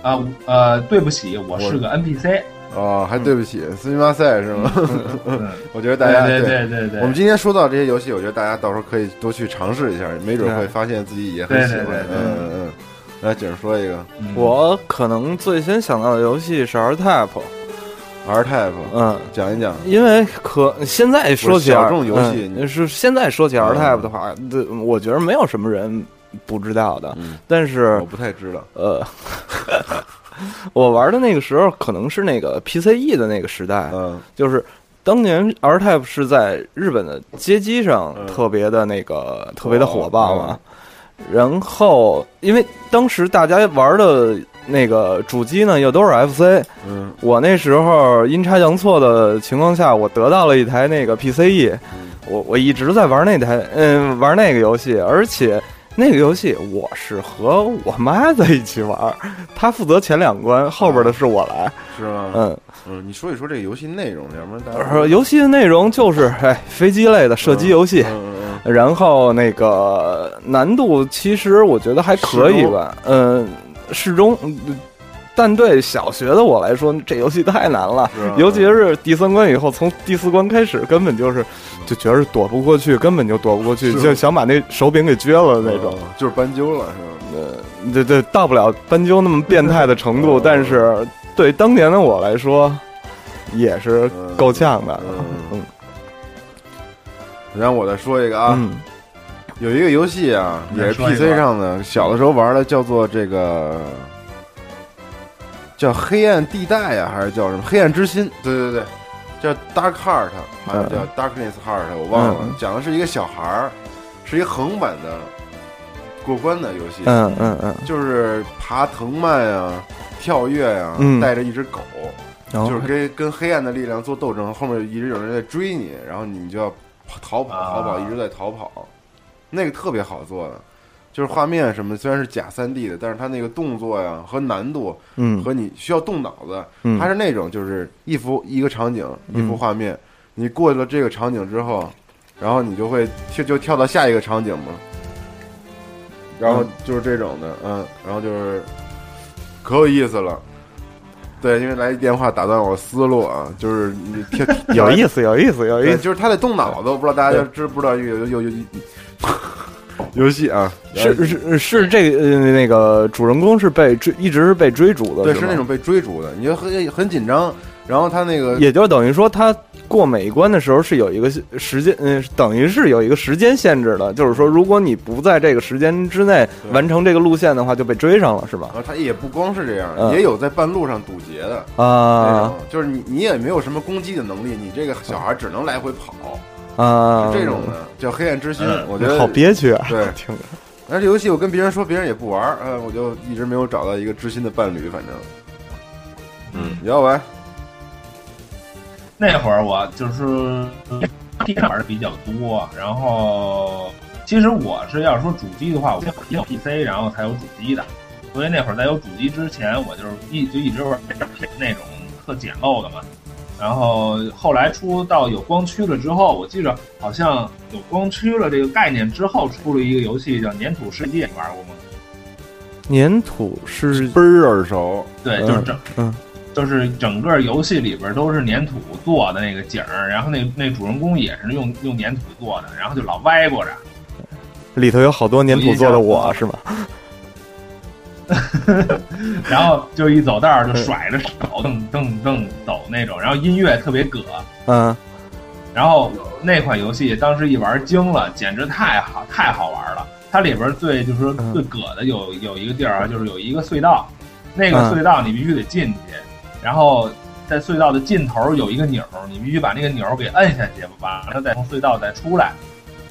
D: 啊呃，对不起，我是个 NPC。
B: 哦，还对不起，斯密马赛是吗？
D: 嗯，
B: <laughs> 我觉得大
D: 对
B: 家
D: 对对对对，
B: 我们今天说到这些游戏，我觉得大家到时候可以多去尝试一下，没准会发现自己也很喜欢。
D: 对对对对
B: 嗯嗯嗯。来，景儿说一个
D: 嗯
C: 我可能最先想到的游戏是 R Type，
B: R Type，
C: 嗯，
B: 讲一讲。
C: 因为可现在说
B: 不是
C: 起 R,
B: 小众游戏
C: 嗯是现在说起 R Type 的话，对我觉得没有什么人不知道的。
B: 嗯，
C: 但是
B: 我不太知道。
C: 呃， <laughs> 我玩的那个时候可能是那个 PCE 的那个时代，
B: 嗯
C: 就是当年 R Type 是在日本的街机上
B: 嗯
C: 特别的那个、特别的火爆嘛
B: 嗯。
C: 然后，因为当时大家玩的那个主机呢，又都是 FC，
B: 嗯
C: 我那时候阴差阳错的情况下，我得到了一台那个 PCE，
B: 嗯
C: 我我一直在玩那台，嗯，玩那个游戏，而且那个游戏我是和我妈在一起玩，她负责前两关，后边的是我来，
B: 是吗？
C: 嗯，
B: 嗯，你说一说这个游戏内容，要不然大
C: 然
B: 家
C: 后呃游戏的内容就是哎飞机类的射击游戏，
B: 嗯嗯
C: 然后那个难度其实我觉得还可以吧，
B: 哦
C: 嗯，适中，嗯但对小学的我来说，这游戏太难了。
B: 嗯，是啊
C: 尤其是第三关以后，从第四关开始，根本就是就觉得躲不过去，根本就躲不过去，
B: 是
C: 就想把那手柄给撅了那种。
B: 嗯就是斑鸠了，是吧？
C: 对对，到不了斑鸠那么变态的程度，
B: <laughs> 嗯
C: 但是对当年的我来说，也是
B: 嗯
C: 够呛的。
B: 嗯
C: 嗯
B: 然后我再说一个啊，
C: 嗯
B: 有一个游戏啊，
D: 你
B: 也
D: 再
B: 是
D: 说一个
B: PC 上的，小的时候玩的，叫做这个叫《黑暗地带》呀，还是叫什么《黑暗之心》？对对对，叫 Dark Heart，好像
C: 嗯
B: 叫 Darkness Heart，我忘了
C: 嗯。
B: 讲的是一个小孩儿，是一个横版的过关的游戏，
C: 嗯嗯嗯，
B: 就是爬藤蔓呀、跳跃呀，
C: 嗯
B: 带着一只狗。
C: 然后
B: 就是跟跟黑暗的力量做斗争，后面一直有人在追你，然后你就要逃跑，
D: 啊
B: 逃跑，一直在逃跑。那个特别好做的，就是画面什么虽然是假三 D 的，但是它那个动作呀和难度
C: 嗯
B: 和你需要动脑子，
C: 嗯
B: 它是那种就是一幅一个场景一幅
C: 嗯
B: 画面，你过了这个场景之后，然后你就会跳就跳到下一个场景嘛，然
C: 嗯
B: 后就是这种的，嗯，然后就是可有意思了。对，因为来一电话打断我思路啊，就是你跳
C: <laughs> 有
B: 思。
C: 意思，有意思，有
B: <laughs>
C: 意
B: 对，
C: 思。
B: 就是他得动脑子，我不知道大家知不知道有有有有游戏啊，
C: 是是是，这个呃那个主人公是被追，一直是被追逐的，
B: 对，
C: 是
B: 是
C: 吗
B: 那种被追逐的，你就很很紧张，然后他那个
C: 也就等于说，他过每一关的时候是有一个时间，嗯、等于是有一个时间限制的，就是说，如果你不在这个时间之内
B: 对
C: 完成这个路线的话，就被追上了，是吧
B: 然？后啊他也不光是这样，
C: 嗯
B: 也有在半路上堵截的那
C: 啊
B: 种，就是你你也没有什么攻击的能力，你这个小孩只能来回跑，
C: 啊，
B: 这种的叫黑暗之心，
D: 嗯
B: 我觉得
C: 好。憋
B: <laughs>
C: 屈啊，
B: 对，
C: 听着，
B: 但是游戏我跟别人说，别人也不玩儿，嗯，我就一直没有找到一个知心的伴侣，反正，
D: 嗯，
B: 要玩，
D: 那会儿我就是地上玩的比较多，然后其实我是要说主机的话，我先有 PC，然后才有主机的。所以那会儿在有主机之前，我就是一就一直玩那种特简陋的嘛。然后后来出到有光驱了之后，我记着好像有光驱了这个概念之后，出了一个游戏叫《粘土世界》，你玩过吗？
C: 粘土是
B: 倍儿耳熟。
D: 对，就是整，
C: 嗯
D: 就是整个游戏里边都是粘土做的那个景儿，然后那那主人公也是用用粘土做的，然后就老歪过着。
C: 里头有好多粘土做的我
D: 有印象
C: 是吗？
D: 然后就一走道儿就甩着手噔噔噔走那种，然后音乐特别葛，
C: 嗯，
D: 然后那款游戏当时一玩惊了，简直太好太好玩了。它里边最就是说
C: 嗯
D: 最葛的有有一个地儿啊，就是有一个隧道，那个
C: 嗯
D: 隧道你必须得进去，然后在隧道的尽头有一个钮儿，你必须把那个钮儿给摁下去，完了再从隧道再出来。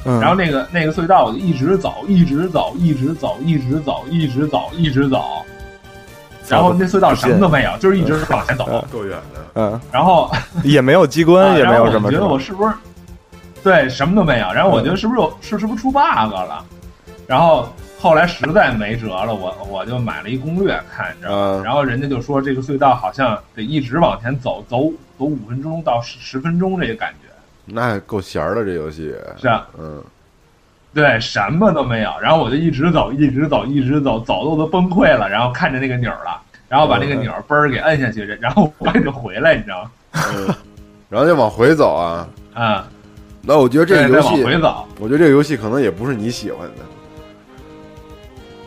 C: 嗯
D: 然后那个那个隧道我就一直走，一直走，一直走，一直走，一直走，一直走。然后那隧道什么都没有，就是一直往前走。
B: 够远的。
C: 嗯，
D: 然后
C: <laughs> 也没有机关，
D: 啊
C: 也没
D: 然后
C: 有
D: 我
C: 什么，嗯
D: 觉得我是不是对什么都没有？然后我觉得是不是有是是不是出 bug 了？然后后来实在没辙了，我我就买了一攻略看，你知道吗？
B: 嗯
D: 然后人家就说这个隧道好像得一直往前走，走走五分钟到十十分钟这个感觉
B: 那够闲儿的这游戏，
D: 是啊，
B: 嗯， <laughs>
D: 对，什么都没有。然后我就一直走，一直走，一直走，走的我都崩溃了。然后看着那个钮儿了，然后把那
C: 嗯
D: 个钮儿嘣儿给摁下去，然后我也就回来，你知道吗？
B: 然后再往回走啊。
D: 嗯，
B: 那我觉得这个
D: 对，再
B: 游
D: 往
B: 戏，
D: 回走。
B: 我觉得这个游戏可能也不是你喜欢的，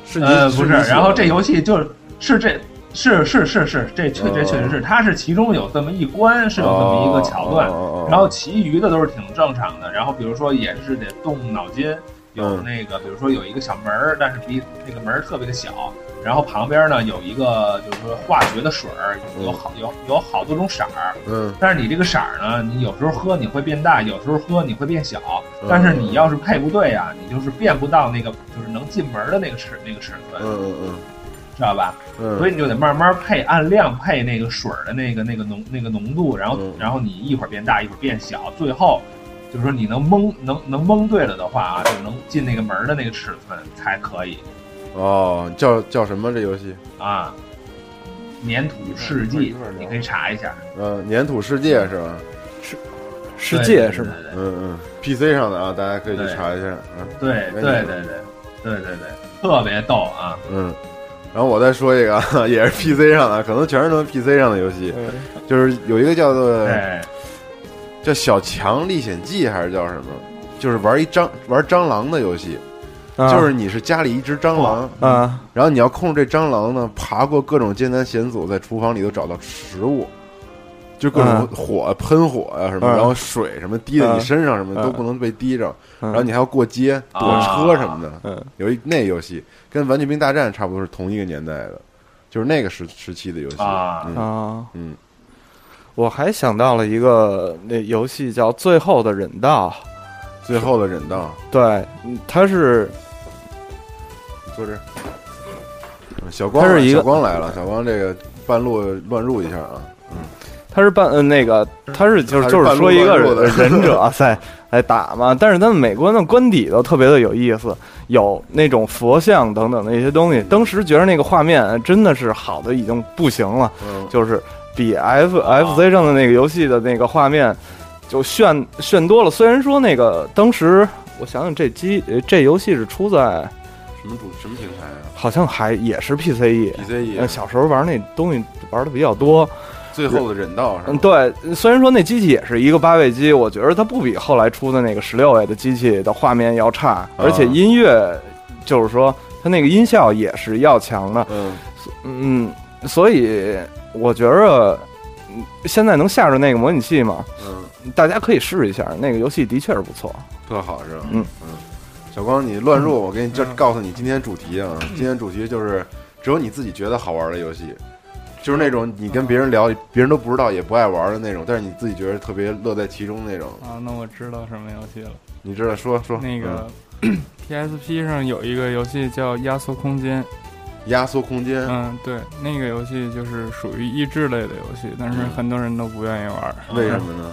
B: 是你
D: 呃，不
B: 是
D: 是，
B: 你喜欢的，
D: 然后这游戏就是是这。是是是是，这确
B: 哦
D: 这确实是，它是其中有这么一关是有这么一个桥段，
B: 哦哦哦哦
D: 然后其余的都是挺正常的。然后比如说也是得动脑筋，有
B: 嗯
D: 那个比如说有一个小门儿，但是比那个门儿特别的小，然后旁边呢有一个就是说化学的水儿，有
B: 嗯
D: 好有有好多种色儿，
B: 嗯，
D: 但是你这个色儿呢，你有时候喝你会变大，有时候喝你会变小
B: 嗯，
D: 但是你要是配不对啊，你就是变不到那个就是能进门的那个尺那个尺
B: 嗯
D: 寸，
B: 嗯
D: 知道吧？
B: 嗯
D: 所以
B: 嗯，
D: 你就得慢慢配，按量配那个水儿的那个那个浓那个浓度，然后
B: 嗯
D: 然后你一会儿变大，一会儿变小，最后就是说你能蒙能能蒙对了的话啊，就能进那个门的那个尺寸才可以
B: 哦，叫叫什么这游戏？
D: 啊。粘土世纪，你可以查一下。
B: 嗯，粘土世界是吧？
C: 世界
D: 对
C: 是吗？？
D: 对对对
B: 嗯嗯，PC 上的啊，大家可以去
D: 对
B: 查一下，嗯
D: 对对对对对对对，特别逗啊！
B: 嗯。然后我再说一个 <laughs> 啊，也是 PC 上的，可能全是他们 PC 上的游戏，
F: 嗯
B: 就是有一个叫做
D: 对，
B: 叫《小强历险记》还是叫什么，就是玩一蟑玩蟑螂的游戏，
C: 啊
B: 就是你是家里一只蟑螂，
C: 啊，
B: 然后你要控制这蟑螂呢，爬过各种艰难险阻，在厨房里头找到食物，就各种
C: 嗯
B: 火、喷火啊什么，
C: 嗯
B: 然后水什么滴在你
C: 嗯
B: 身上什么的、
C: 嗯
B: 都不能被滴着，
C: 嗯
B: 然后你还要过街、
D: 啊
B: 躲车什么的。
C: 嗯
B: 有一那游戏跟《玩具兵大战》差不多是同一个年代的，就是那个时时期的游戏。
D: 啊
B: 嗯
C: 啊，
B: 嗯，
C: 我还想到了一个那游戏叫《最后的忍道》，
B: 最后的忍道，
C: 对，嗯它是
B: 坐这儿。小光，
C: 它是一个
B: 小光来了，小光这个半路乱入一下啊，
C: 他是办呃那个，他是就是
B: 他是
C: 就是说一个
B: 半路半路的
C: 忍者赛来打嘛，但是他们美国的官邸都特别的有意思，有那种佛像等等的一些东西。当时觉得那个画面呃真的是好的已经不行了，
B: 嗯，
C: 就是比 F F C 上的那个游戏的那个画面就炫炫多了。虽然说那个当时我想想这机呃这游戏是出在
B: 什么主什么平台啊
C: 好像还也是 P C E。呃
B: ？PCE，
C: 小时候玩那东西玩的比较多，
B: 最后的忍道是
C: 嗯，
B: 吧？
C: 对，虽然说那机器也是一个八位机，我觉得它不比后来出的那个十六位的机器的画面要差，而且音乐就是说它那个音效也是要强的，
B: 嗯，
C: 嗯，所以我觉着嗯现在能下着那个模拟器嘛，
B: 嗯，
C: 大家可以试一下，那个游戏的确是不错。
B: 特好是吧？
C: 嗯
B: 小光，你乱
G: 嗯
B: 入，我给你这告诉你今天主题啊，今天主题就是只有你自己觉得好玩的游戏，
G: 嗯
B: 就是那种你跟别人聊，别人都不知道也不爱玩的那种，但是你自己觉得特别乐在其中那种。
G: 啊，那我知道什么游戏了。
B: 你知道？说嗯说
G: 那个、PSP <clears throat> 上有一个游戏叫《压缩空间》，
B: 嗯压缩空间，
G: 嗯，对，那个
B: 嗯
G: 游戏就是属于益智类的游戏，但是很多人都不愿意玩儿，
B: 为什么呢？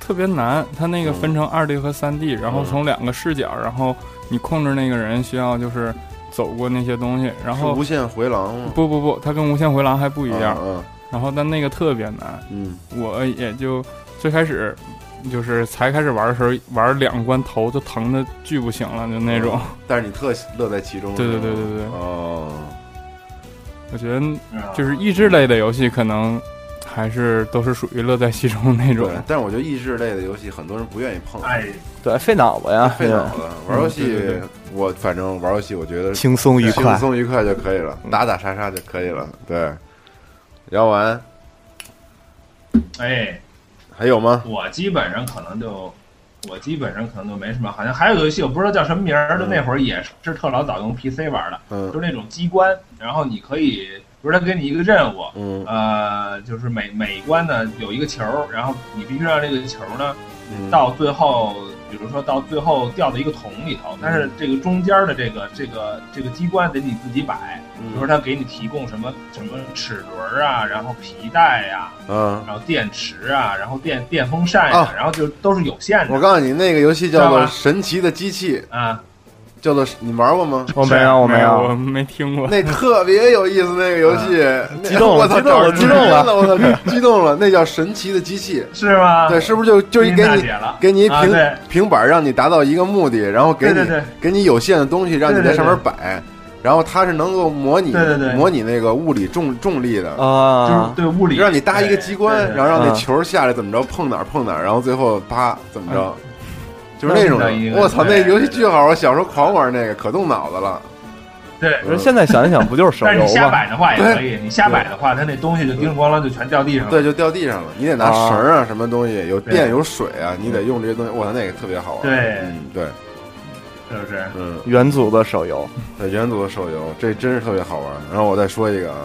G: 特别难，它
B: 嗯
G: 那个分成二 D 和三 D，然后从两个视角，然后你控制那个人需要就是走过那些东西，然
B: 是
G: 后
B: 无限回廊吗？
G: 不不不，它跟无限回廊还不
B: 不
G: 一样，
B: 嗯
G: 然后但那个特别难，
B: 嗯
G: 我也就最开始。就是才开始玩的时候，玩两关头就疼的巨不行了，就那种。
B: 嗯，但是你特乐在其中。
G: 对对
B: 是吧
G: 对对对
B: 哦，
G: 我觉得
D: 嗯
G: 就是益智类的游戏，可能还是都是属于乐在其中那种
B: 对。。但是我觉得益智类的游戏很多人不愿意碰，
D: 哎，
C: 对，费脑子呀，
B: 费脑子。玩游
G: 嗯对对
B: 戏
G: 对，
B: 我反正玩游戏，我觉得
F: 轻松愉
B: 轻
F: 快。
B: 松愉快就可以了，打打杀杀就可以了。对，聊完
D: 哎，
B: 还有吗？
D: 我基本上可能就，我基本上可能就没什么。好像还有个游戏，我不知道叫什么名儿，就那会儿也是特老早用 PC 玩的，
B: 嗯
D: 就是那种机关，然后你可以，比如他给你一个任务，
B: 嗯
D: 呃，就是每每一关呢有一个球，然后你必须让这个球呢
B: 嗯，
D: 到最后，比如说到最后掉到一个桶里头，但
B: 嗯
D: 是这个中间的这个这个这个机关得你自己摆，
B: 嗯
D: 比如说他给你提供什么什么齿轮儿啊，然后皮带呀、
B: 嗯，
D: 然后电池啊，然后电电风扇啊，
B: 啊
D: 然后就都是有限
B: 我
D: 的
B: 告诉你，那个游戏叫做
D: 知道
B: 《
D: 吧
B: 神奇的机器
D: 啊。》，
B: 叫做你玩
D: <laughs>
B: 过吗？
C: 我没有，我没
G: 我
C: 有，
G: 没听过。
B: 那特别有意思，那个游戏，
D: 啊
B: <laughs> 那
C: 激动了
B: 我操，
C: 激动
B: 找
C: 了
B: 着
C: 激动了
B: 了，我操，激动了，那叫神奇的机器，
D: 是吗？
B: 对，是不是就就一
D: 冰
B: 给
D: 大
B: 你
D: 姐了
B: 给你一
D: 啊
B: 平
D: 对
B: 平板，让你达到一个目的，然后给你
D: 对对对
B: 给你有限的东西，让你
D: 对对
B: 在上面摆，然后它是能够模拟
D: 对对对
B: 模拟那个物理重重力的，
D: 就是
C: 啊，
D: 对物理
B: 让你搭一个机关，
D: 后
B: 然后让那
C: 啊
B: 球下来怎么着碰哪儿碰哪儿，然后最后啪怎么
C: 哎
B: 着，就是
D: 弄
B: 那种
D: 到一
B: 的。
D: 个哎
B: 我操，那
D: 对
B: 游戏
D: 对
B: 巨好，我小时候狂玩那个，可动脑子了。
D: 对。
C: 可是现在想一想，不就是手
D: 但是你
C: 游
D: 瞎
C: 吗？
D: 摆的话也可以，你瞎摆的话，它那东西就叮咣啷就全掉地上了。
B: 对，就掉地上了。你得拿
C: 啊
B: 绳儿啊，什么东西，有
D: 啊对
B: 电有水啊，你得用这些东西。我操，那个特别好玩。
D: 对
B: 嗯，对，
D: 是不是？
B: 嗯，
C: 元祖的手游，
B: 对，元祖的手游，这真是特别好玩。然后我再说一个啊，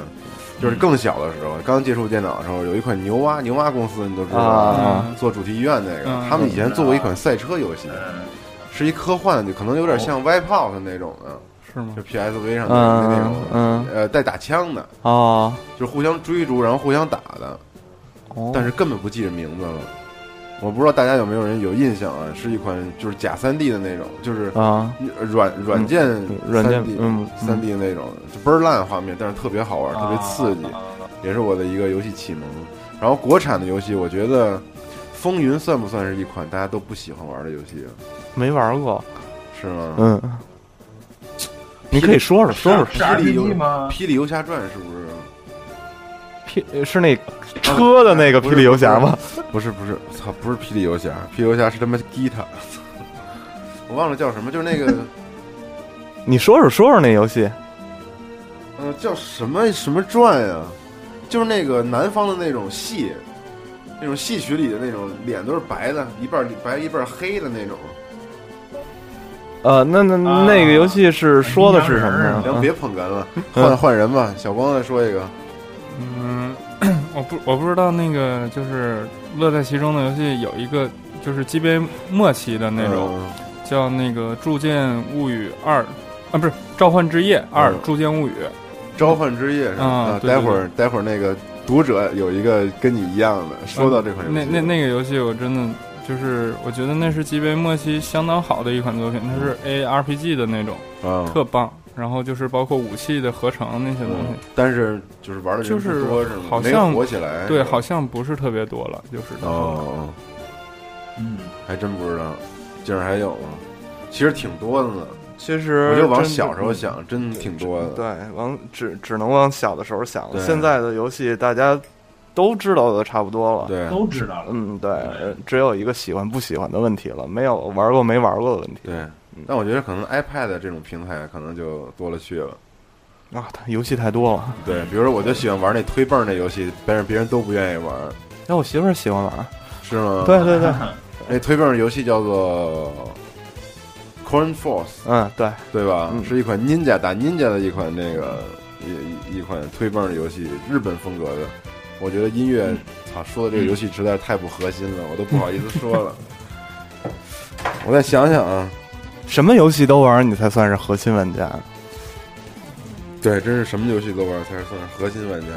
B: 就是更小的时候，刚接触电脑的时候，有一款牛蛙，牛蛙公司你都知道，
C: 啊
B: 做主题医院那个，
G: 嗯
B: 他们以前做过一款赛车游戏，
D: 嗯，
B: 是一科幻的，就可能
C: 哦
B: 有点像 Wipeout 的那种的，
G: 是吗
B: 就？PSV 上的那种
C: 嗯，嗯，
B: 呃，带打枪的，
C: 哦，
B: 就是互相追逐然后互相打的，
C: 哦
B: 但是根本不记着名字了。我不知道大家有没有人有印象啊？是一款就是假三 D 的那种，就是
C: 啊，
B: 软软件
C: 软件
B: 3D，
C: 嗯
B: 三 D 那种，就倍儿烂画面，但是特别好玩，特别刺激，
D: 啊
B: 也是我的一个游戏启蒙。然后国产的游戏，我觉得《风云》算不算是一款大家都不喜欢玩的游戏啊？
C: 没玩过，
B: 是吗？
C: 嗯，你可以说说说说
D: 是
B: 霹
D: RPG
B: 雳游
D: 吗？
B: 霹雳游侠传是不是？
C: 霹是那车的那个霹雳游侠吗？
B: 不是不是，操，不是霹雳游侠，霹雳游侠是他妈吉他， <laughs> 我忘了叫什么，就是那个，
C: 你说说说说那游戏
B: 呃，叫什么什么传呀、就是那个南方的那种戏，那种戏曲里的那种脸都是白的，一半儿白一半儿黑的那种。
C: 呃，那那
D: 啊
C: 那个游戏是说的是什么
D: 阴阳人
B: 行，
C: 呢？
B: 别捧哏了，换换人吧。小光再说一个，
G: 嗯， <clears throat> 我不我不知道那个就是乐在其中的游戏有一个就是级别末期的那
B: 嗯
G: 种，叫那个《铸剑物语二》啊，不是《召唤之夜二
B: 嗯：
G: 铸剑物语》。
B: 嗯《召唤之夜》是吧？
G: 啊对
B: 待会儿待会儿那个读者有一个跟你一样的，说到这款游戏，
G: 那那那个游戏我真的就是我觉得那是级别末期相当好的一款作品，它
B: 嗯
G: 是 A R P G 的那种，
B: 啊，
G: 特棒。然后就是包括武器的合成那些东
B: 嗯
G: 西，
B: 但是就是玩的人
G: 就是
B: 不多是吗？
G: 好
B: 没
G: 像
B: 火起来，
G: 对，好像不是特别多了，就是到时候
B: 哎哦，
D: 嗯，
B: 还真不知道，竟然还有吗？其实挺多的呢，
C: 其实
B: 我就往
C: 真的
B: 小时候，想，真挺多的。
C: 对，往只只能往小的时候想。
B: 对
C: 现在的游戏大家都知道的差不多了，
B: 对
D: 都知道了。
C: 嗯，对，呃只有一个喜欢不喜欢的问题了，没有玩过没玩过的问题
B: 对，但我觉得可能 iPad 这种平台可能就多了去了。
C: 啊。它游戏太多了，
B: 对，比如说我就喜欢玩那推泵那游戏，但是别人都不愿意玩，
C: 哎那我媳妇儿喜欢玩。
B: 是吗？
C: 对对对，
B: 那推泵游戏叫做 Corn Force，
C: 嗯对，
B: 对吧？
C: 嗯
B: 是一款 Ninja 打 Ninja 的一款那个一一一款推泵游戏，日本风格的。我觉得音乐，操、说的这个游戏实在是太不核心了，我都不好意思说 <laughs> 了。我再想想啊，
C: 什么游戏都玩，你才算是核心玩家。
B: 对，真是什么游戏都玩才是算是核心玩家。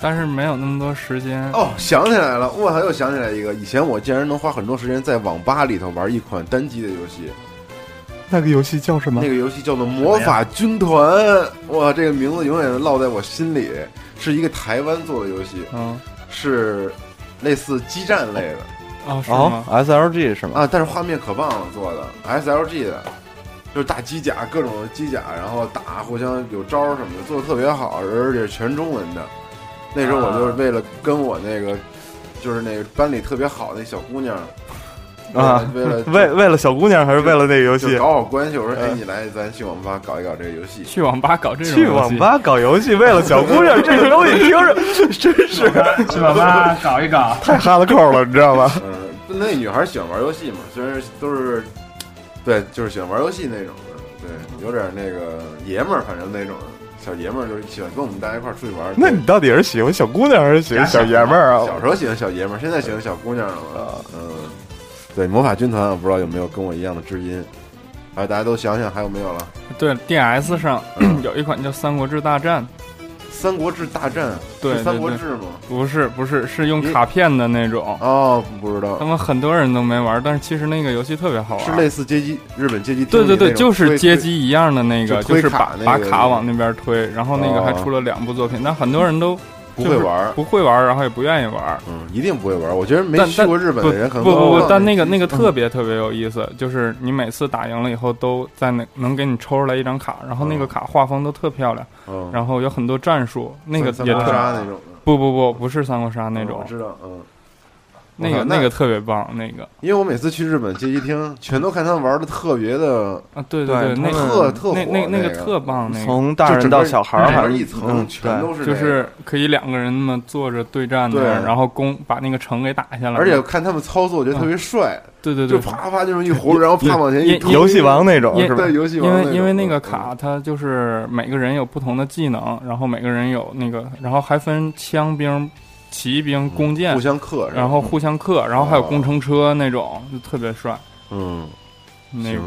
G: 但是没有那么多时间。
B: 哦，想起来了，我操，又想起来一个，以前我竟然能花很多时间在网吧里头玩一款单机的游戏，
F: 那个游戏叫什么
B: 那？个游戏叫做《魔法军团》，哇，这个名字永远烙在我心里，是一个台湾做的游戏，
G: 嗯，
B: 是类似激战类的
G: 哦，是
C: 哦
G: 吗？
C: ，SLG 是吗？
B: 啊，但是画面可棒了，做的 SLG 的。就是大机甲，各种机甲，然后打，互相有招儿什么的，做的特别好，而且全中文的。那时候我就是为了跟我那个，就是那个班里特别好那小姑娘，
F: 啊
B: <laughs> 为了
F: 为为了小姑娘还是为了那个游
B: 就
F: 戏？
B: 搞好关系。我说，哎，
F: 嗯
B: 你来，咱去网吧搞一搞这个游戏。
G: 去网吧搞这种
F: 去网吧搞游戏，为了小姑娘，这个东西听
C: <laughs>
F: 着真是
D: 去网吧搞一
B: <laughs>
D: 搞。
F: 太哈了扣了，你知道吗？
B: 嗯，那女孩喜欢玩游戏嘛，虽然是都是，对，就是喜欢玩游戏那种的，对，有点那个爷们儿，反正那种小爷们儿，就是喜欢跟我们大家一块儿出去玩。
F: <laughs> 那你到底是喜欢小姑娘还是喜欢小爷们儿
B: 小
F: 啊？
B: 时候喜欢小爷们儿，现在喜欢小姑娘了嘛？嗯，对，魔法军团，我不知道有没有跟我一样的知音。还有大家都想想还有没有了？
G: 对 DS
B: <clears throat>
G: 上有一款叫《三国志大战》，
B: 《三国志大战》
G: 对
B: 是《三
G: 对
B: 国
G: 对
B: 志》吗？
G: 不是不是，是用
B: 你
G: 卡片的那种。
B: 哦，不知道
G: 他，们很多人都没玩，但是其实那个游戏特别好玩。
B: 是类似街机日本街机厅
G: 对
B: 里那
G: 对
B: 种推。
G: 对，就是街
B: 推
G: 机一样的那个，
B: 就
G: 就
B: 推
G: 是
B: 卡
G: 把
B: 那
G: 把
B: 个
G: 卡往那边推，然后那个还
B: 哦
G: 出了两部作品，但很多人都
B: 不会玩儿，
G: 不会玩，然后也不愿意玩。
B: 嗯，一定不会玩儿。我觉得没
G: 但
B: 去
G: 但
B: 过日本
G: 不
B: 的人可能
G: 不不不，但那
B: 个
G: 个那个特别特别有意思，就是你每次打赢了以后，都在那能给你抽出来一张卡，然后那个
B: 嗯
G: 卡画风都特漂亮，
B: 嗯，
G: 然后有很多战术，那个
B: 三
G: 也
B: 国
G: 特
B: 杀那种的
G: 不不不不是三国杀那
B: 嗯我
G: 种，
B: 知道，嗯，
G: 那个
B: 我靠
G: 那个特别棒，那个
B: 因为我每次去日本街机厅，全都看他们玩的特别的，
G: 啊对
C: 对
G: 对，那
C: 他们
B: 特特火
G: 那那
B: 那
G: 个
B: 个
G: 特棒，那个
C: 从大
B: 就整
C: 人
B: 个
C: 到小孩儿，
B: 整
C: 还
B: 个
C: 是
B: 一层
C: 嗯
B: 全
C: 对
B: 都是
G: 就
B: 这个。
G: 是可以两个人那么坐着对战的，
B: 对
G: 然后攻把那个城给打下来，
B: 而且看他们操作，我觉得特别帅，
G: 对嗯对
B: 就
G: 对，
B: 啪啪就是一葫芦，然后啪往前一
G: 也
B: 推，
F: 游戏王那种
G: 也
F: 是吧
B: 对？游戏王
G: 因
B: 种，
G: 为因为那个
B: 嗯
G: 卡，它就是每个人有不同的技能，然后每个人有那个，然后还分枪兵、骑兵、弓箭
B: 互，相嗯克，是吧
G: 然后互相克，然后还有工程车那种，就特别帅。
B: 嗯，
G: 那个嗯
B: 行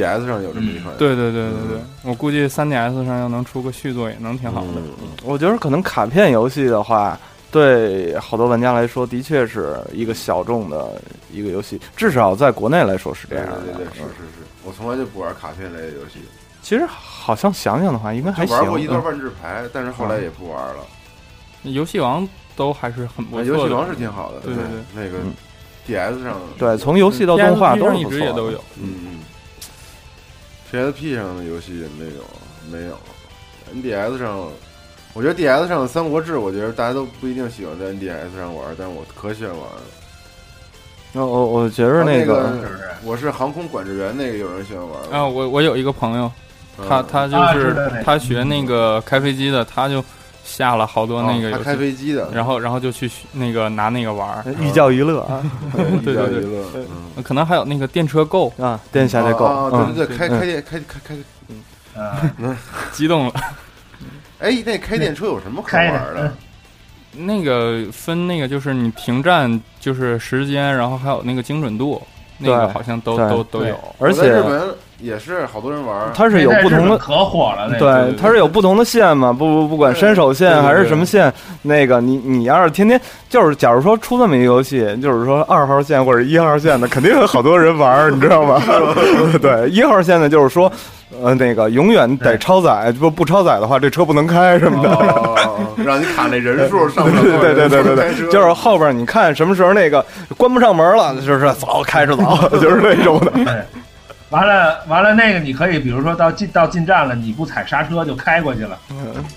B: ，DS 嗯上有这么一款，
G: 对对对对对，我估计 3DS 上要能出个续作也能挺
B: 嗯，
G: 好的。
B: 嗯嗯
C: 我觉得可能卡片游戏的话，对好多玩家来说，的确是一个小众的一个游戏，至少在国内来说是这
B: 对
G: 啊
C: 样
B: 对
C: 的。
B: 对对，是是是，我从来就不玩卡片类的游戏，
C: 其实好像想想的话，应该还
B: 就
C: 行。
B: 玩过一段
C: 嗯
B: 万智牌，但是后来也不玩了。
G: 游戏王都还是很
B: 嗯
G: 不
B: 啊
G: 错的，
B: 游戏王是挺好的，
G: 对对对，
B: 那个
C: 嗯
B: DS 上，
C: 对，从游戏到
G: 嗯
C: 动画都是
G: PSP 上一
C: 不错
G: 直
C: 的
G: 也都有。
B: 嗯嗯，PSP 上的游戏没有没有，NDS 上，我觉得 DS 上的《三国志》，我觉得大家都不一定喜欢在 NDS 上玩，但是我可喜欢玩了。
C: 那我我觉着
B: 然后那
C: 个，
B: 我是航空管制员，那个有人喜欢玩吗
G: 啊，我我有一个朋友，
B: 嗯
G: 他他就
D: 啊是
G: 是
D: 的那个
G: 他学那个开飞机的，他就下了好多
B: 哦
G: 那个
B: 他
G: 游
B: 开
G: 戏，
B: 飞机的，
G: 然后然后就去学那个拿那个玩儿。
F: 寓教于乐
C: 啊
B: 对
G: 对对对
B: 娱乐，嗯
G: 可能还有那个电车购，
C: 啊，殿下这
B: 啊
C: 够，
B: 啊
C: 嗯，
B: 对对对，开
C: 嗯
B: 开电开开开，
D: 嗯，
G: 激动了。
B: 哎，那开电车有什么可
D: 开的嗯
B: 玩的？
G: 那个分那个就是你停站就是时间，然后还有那个精准度，那个
C: 对
G: 好像都
C: 对
G: 都都有。
C: 而
B: 我在日
C: 且
B: 本也是好多人玩，
C: 它是有不同的。
D: 可火了，那个
C: 哎对，它是有不同的线嘛，不不不管
B: 对
C: 伸手线
G: 对
C: 还是
G: 对
C: 什么线，那个你你要是天天就是，假如说出这么一个游戏，就是说二号线或者一号线的，肯定有好多人玩儿，你知道吗？ <laughs> 对，一号线的就是说，呃，那个永远得
D: 对
C: 超载，不不超载的话，这车不能开什么的。
B: 哦，让你卡那人数上不了多少
C: <laughs> 对
B: 人
C: 对对对
B: 开车
C: 对，就是后边你看什么时候那个关不上门了，就是走开着走， <laughs> 就是那种
D: <laughs>
C: 的。
D: 完了完了，那个你可以，比如说到进到进站了，你不踩刹车就开过去了，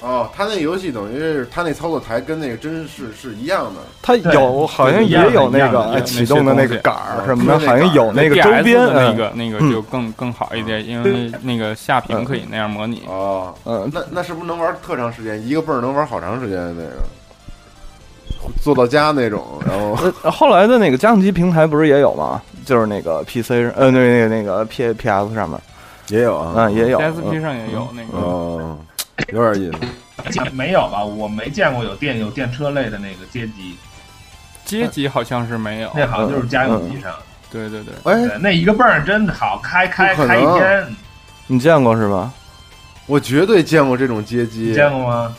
B: 哦，他那游戏等于是他那操作台跟那个真是是一样的，
C: 它
D: 对
C: 有好像
D: 一样
C: 也
D: 的
C: 有那
D: 一样的
C: 个
D: 一样
C: 哎
G: 的
C: 启动的那
G: 那
C: 个
G: 些东西
C: 杆儿什么的，
B: 嗯
C: 好像有那个周
G: DS
C: 边
G: 的那
C: 嗯
G: 个、那个就更更好一点，因为那个下屏可以那样模拟。
B: 哦，
C: 嗯，
B: 那那是不是能玩特长时间？一个泵能玩好长时间的那个，坐到家那种，然后
C: 呃，后来的那个家用机平台不是也有吗？就是那个 PC 上呃，那那那个 P P S 上面，
B: 也有啊，
C: 嗯，也有。
G: PSP
C: 嗯
G: 上也有那个，
B: 哦，有点意思。
D: 没有吧？我没见过有电有电车类的那个街机，
G: 街机好像是没有。
D: 那好像就是家用机上，
G: 对对对，
B: 哎，
D: 对那一个泵儿真好，开开
B: 不可
D: 开一
B: 能
D: 天，
C: 你见过是吧？
B: 我绝对见过这种街
D: 你
B: 机，
D: 见过吗？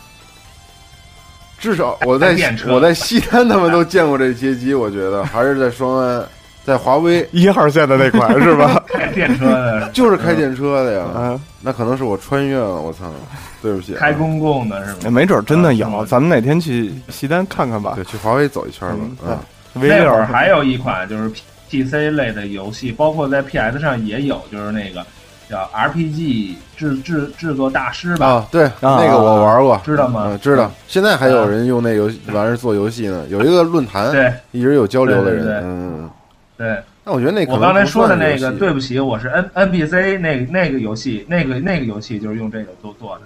B: 至少我在
D: 电车
B: 我在西单他们都见过这街机，我觉得还是在双安，在华 <laughs> 威
C: 一号线的那款
B: <laughs>
C: 是吧？
D: 开电车的，
B: 就是开电车的呀。
C: 嗯，
B: 那可能是我穿越了，我操，对不起啊。
D: 开公共的是吗？
C: 没准儿真的有，啊
D: 嗯
C: 咱们哪天去西单看看吧
B: 对，。去华威走一圈
C: 嗯
B: 吧。啊，
C: V
D: 那会儿
C: 六
D: 还有一款就是 P- PC 类的游戏，包括在 PS 上也有，就是那个叫 RPG 制制制作大师吧，
B: 啊，对，那个我玩过，
D: 知道吗？
B: 嗯，知道。现在还有人用那游戏玩意儿做游戏呢，有一个论坛，
D: 对
B: 一直有交流
D: 对
B: 的
D: 对
B: 人
D: 对。
B: 嗯，
D: 对，
B: 那我觉得那可
D: 我
B: 能
D: 刚才
B: 不
D: 说的
B: 算
D: 那
B: 游戏
D: 个，对不起，我是 N NPC 那个那个游戏，那个那个游戏就是用这个做做的。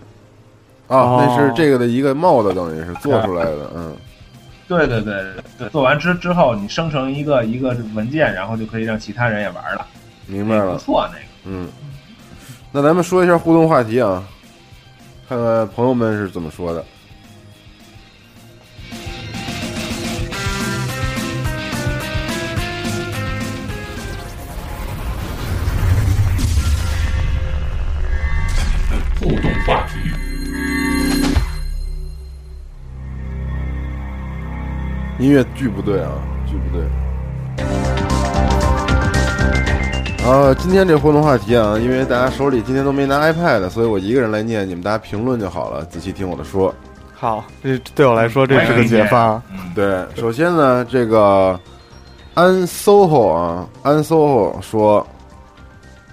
B: 啊，
C: 哦
B: 那是这个的一个 mod，等于是做出来的。嗯，
D: 对对对对对，做完之之后，你生成一个一个文件，然后就可以让其他人也玩了，
B: 明白
D: 不
B: 了。
D: 错那个。
B: 嗯，那咱们说一下互动话题啊，看看朋友们是怎么说的。
E: 互动话题。
B: 音乐剧不对啊，剧不对。啊，今天这互动话题啊，因为大家手里今天都没拿 iPad，所以我一个人来念，你们大家评论就好了，仔细听我的说。
C: 好，这对我来说这是个解放。
B: 对，首先呢，这个安 SOHO 啊，安 SOHO 说，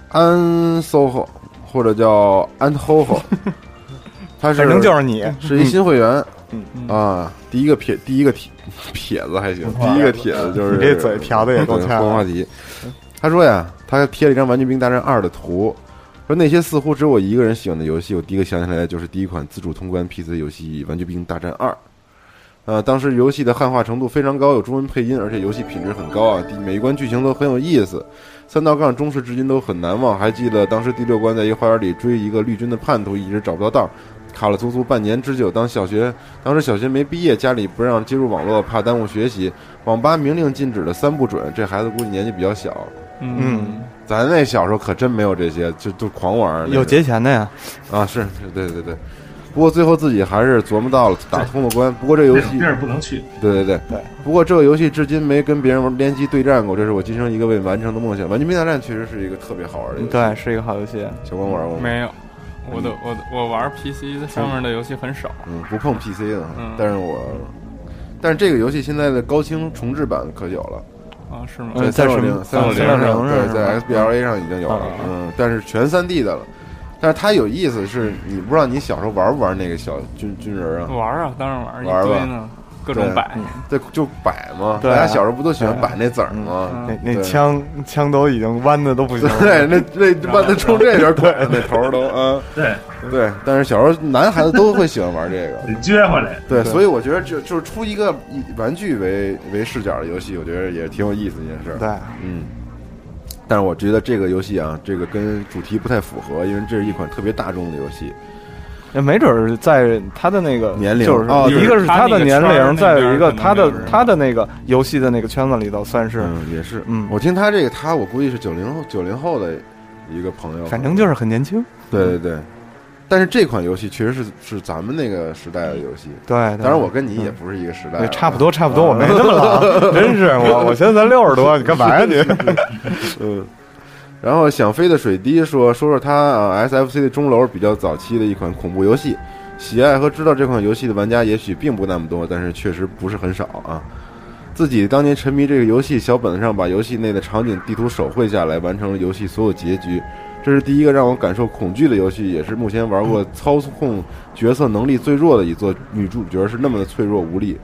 B: 安 SOHO 或者叫安
C: <laughs>
B: HOHO，他是
C: 反正就是你，
B: 是一新会员，
C: 嗯
B: 啊，第一个撇第一个帖撇子还行，
C: 啊
B: 第一个帖子就是嗯
C: 你这嘴瓢的也够呛啊
B: 对互动话题，他说呀，他贴了一张《玩具兵大战二》的图，说那些似乎只有我一个人喜欢的游戏，我第一个想起来的就是第一款自主通关 PC 游戏《玩具兵大战二》。呃，当时游戏的汉化程度非常高，有中文配音，而且游戏品质很高啊，第每一关剧情都很有意思。三道杠中式至今都很难忘，还记得当时第六关在一个花园里追一个绿军的叛徒，一直找不到道，卡了足足半年之久。当小学当时小学没毕业，家里不让接入网络，怕耽误学习，网吧明令禁止的三不准，这孩子估计年纪比较小。
G: 嗯，
B: 咱那小时候可真没有这些，就就狂玩儿。那
C: 有
B: 是
C: 节前的呀。
B: 啊，是是对对对。不过最后自己还是琢磨到了，打通了关。不过这游
D: 这
B: 戏
D: 种地儿不能去，
B: 对对对
C: 对。
B: 不过这个游戏至今没跟别人玩联机对战过，这是我今生一个未完成的梦想。《玩具兵大战》确实是一个特别好玩的游戏。
C: 对，是一个好游戏。
B: 小光
C: 嗯
B: 玩过吗？
G: 没有，我的我的我玩 PC 的上面的游戏很少。
B: 嗯，不碰 PC 的
G: 嗯，
B: 但是我，但是这个游戏现在的高清重置版可有了，
G: 啊，是吗？
C: 嗯
B: 在
C: 在
B: 三六
C: 什
B: 零、
C: 么
B: 三六
C: 360
B: 上，
C: 上
B: 对，
C: 是
B: 在
C: 吧
B: XBLA 上已经有了
C: 啊，
B: 嗯，但是全三 D 的了。但是它有意思是，
C: 嗯
B: 你不知道你小时候玩不玩那个小军军人啊？
G: 玩啊，当然
B: 玩
G: 玩，
B: 吧
G: 一堆呢，各种
B: 对
G: 摆。
C: 嗯
B: 对，就摆嘛，
C: 对
B: 大
C: 啊嗯
B: 家小时候不都喜欢摆那子儿吗？
C: 那
B: 对 <laughs>
C: 那枪枪都已经弯的都不行了。
B: 对，那那把它冲这边滚，那头儿都啊，
D: 对，
B: 对。但是小时候男孩子都会喜欢玩这个，
D: 得撅回来。
B: 对，所以我觉得就就是出一个以玩具为为视角的游戏，我觉得也挺有意思的一件事。
C: 对，
B: 嗯，但是我觉得这个游戏啊，这个跟主题不太符合，因为这是一款特别大众的游戏。
C: 也没准儿在他的那个
B: 年龄
C: 就是
B: 哦
C: 一个是他的年
G: 就是他那个圈儿那边儿
C: 龄，再有一个
G: 可能
C: 他的
G: 就是
C: 他的那个游戏的那个圈子里头算是，
B: 嗯，也是，
C: 嗯
B: 我听他这个，他我估计是九零后九零后的一个朋友，
C: 反正就是很年轻。
B: 对对对。但是这款游戏确实是是咱们那个时代的游戏，
C: 对，对
B: 当然我嗯跟你也不是一个时代
C: 对
B: 了，
C: 差不多差不多，我没那么
B: <laughs>
C: 老，真是我我现在才六十多，你干嘛呀你？
B: 嗯，然后想飞的水滴说说说他啊 SFC 的钟楼比较早期的一款恐怖游戏，喜爱和知道这款游戏的玩家也许并不那么多，但是确实不是很少啊。自己当年沉迷这个游戏，小本子上把游戏内的场景地图手绘下来，完成了游戏所有结局。这是第一个让我感受恐惧的游戏，也是目前玩过操控角色能力最弱的一座女主角是那么的脆弱无力，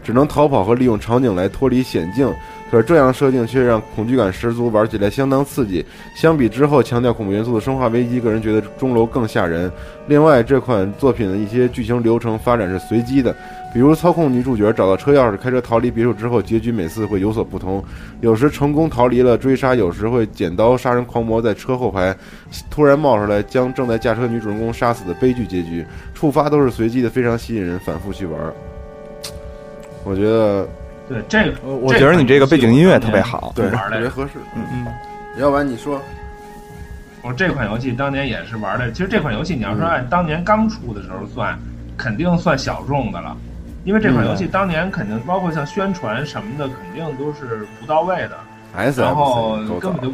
B: 只能逃跑和利用场景来脱离险境。可是这样设定却让恐惧感十足，玩起来相当刺激。相比之后强调恐怖元素的《生化危机》，个人觉得钟楼更吓人。另外，这款作品的一些剧情流程发展是随机的，比如操控女主角找到车钥匙开车逃离别墅之后，结局每次会有所不同，有时成功逃离了追杀，有时会剪刀杀人狂魔在车后排突然冒出来，将正在驾车的女主人公杀死的悲剧结局。触发都是随机的，非常吸引人，反复去玩。我觉得
D: 对，这个
C: 我我觉得你这个背景音乐特别好，
B: 对，
D: 玩
B: 特
D: 来
B: 别合适。
G: 嗯，
B: 要不然你说，
D: 我这款游戏当年也是
B: 嗯
D: 玩的。其实这款游戏你要说按当年刚出的时候算，肯定算小众的了。因为这款游戏当年肯定包括像宣传什么的，肯定都是不到位的，
B: S
D: 然后
B: M
D: 根本就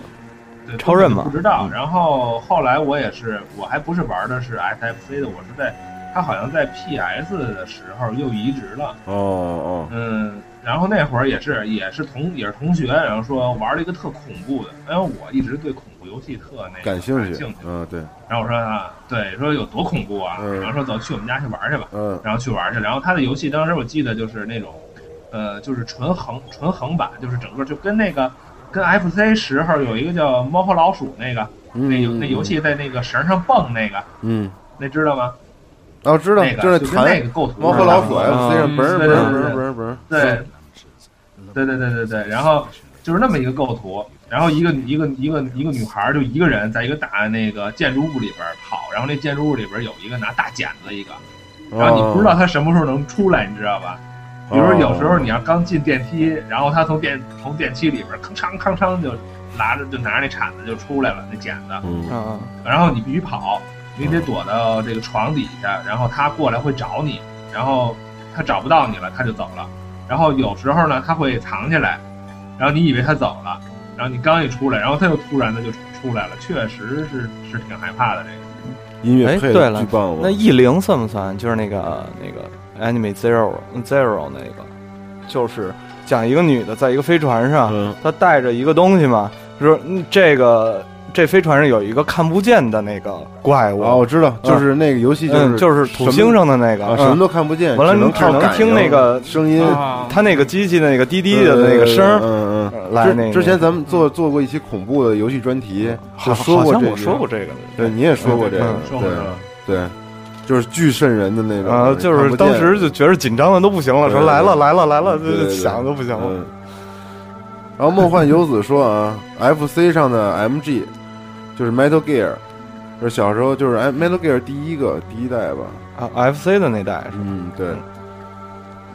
D: 对
C: 超任嘛
D: 不知道
B: 嗯。
D: 然后后来我也是，我还不是玩的是 SFC 的，我是在它好像在 PS 的时候又移植了，
B: 哦哦，
D: 嗯，然后那会儿也是也是同也是同学，然后说玩了一个特恐怖的，因为我一直对恐怖游戏特那个
B: 感兴
D: 感兴
B: 趣，嗯对，
D: 然后我说啊，对，说有多恐怖啊，
B: 嗯
D: 然后说走去我们家去玩去吧，
B: 嗯
D: 然后去玩去。然后它的游戏当时我记得就是那种，呃，就是纯横纯横版，就是整个就跟那个跟 FC 时候有一个叫猫和老鼠那个
B: 嗯，
D: 那游那游戏在那个绳上蹦那个，
B: 嗯，
D: 那知道吗？
B: 哦知道，
D: 那
B: 就是
D: 个就跟那
B: 弹
D: 个构图
B: 猫和老鼠
D: 似的
B: FC 上嘣儿嘣儿嘣儿嘣儿
D: 对，对对对对对，然后就是那么一个构图，然后一个一个一个一个女孩儿就一个人在一个大那个建筑物里边儿跑，然后那建筑物里边儿有一个拿大剪子一个，
B: 嘣儿，
D: 然后你不知
B: 哦
D: 道他什么时候能出来，你知道吧？比如说有时候你要刚进电梯，然后他从电从电梯里边吭哧吭哧就拿着就拿着那铲子就出来了，那剪子，
B: 嗯
C: 啊，
D: 然后你必须跑，你得躲到这个床底下，然后他过来会找你，然后他找不到你了，他就走了。然后有时候呢，他会藏起来，然后你以为他走了，然后你刚一出来，然后他又突然的就出来了，确实是是挺害怕的这个。
B: 音乐
C: 哎
B: 配
C: 对
B: 的
C: 了
B: 巨棒，我
C: 那 E 零算不算？就是那个那个 Anime Zero Zero 那个，就是讲一个女的在一个飞船上，
B: 嗯
C: 她带着一个东西嘛，就是嗯这个这飞船上有一个看不见的那个怪物，
B: 哦我知道，就是那个游戏就
C: 嗯，
B: 是
C: 就是土星上的那个，
B: 啊
C: 嗯
B: 什么都看不见，
C: 完了
B: 只能
C: 你只
B: 靠
C: 能
B: 感
C: 听
B: 应
C: 那个
B: 声音
G: 啊，
C: 嗯它那个机器的那个滴滴的那个声
B: 嗯
C: 儿。
B: 嗯嗯。
C: 来，那个
B: 之之前咱们做做过一期恐怖的游戏专题，
C: 好
B: 就说过
C: 好
B: 这
C: 像
B: 个，
C: 我说过这个，
B: 对，你也说过这个
C: 嗯，
D: 说过
B: 对
D: 是吧
B: 对，就是巨瘆人的那种
C: 啊，就是当时就觉得紧张的都不行了，
B: 对
C: 说来了来了来了，
B: 对对
C: 就
B: 对
C: 想都不行了。
B: 嗯。然后梦幻游子说啊，FC 上的 MG 就是 Metal Gear，就是小时候就是哎 Metal Gear 第一个第一代吧，
C: 啊，FC 的那代是吧
B: 嗯，对，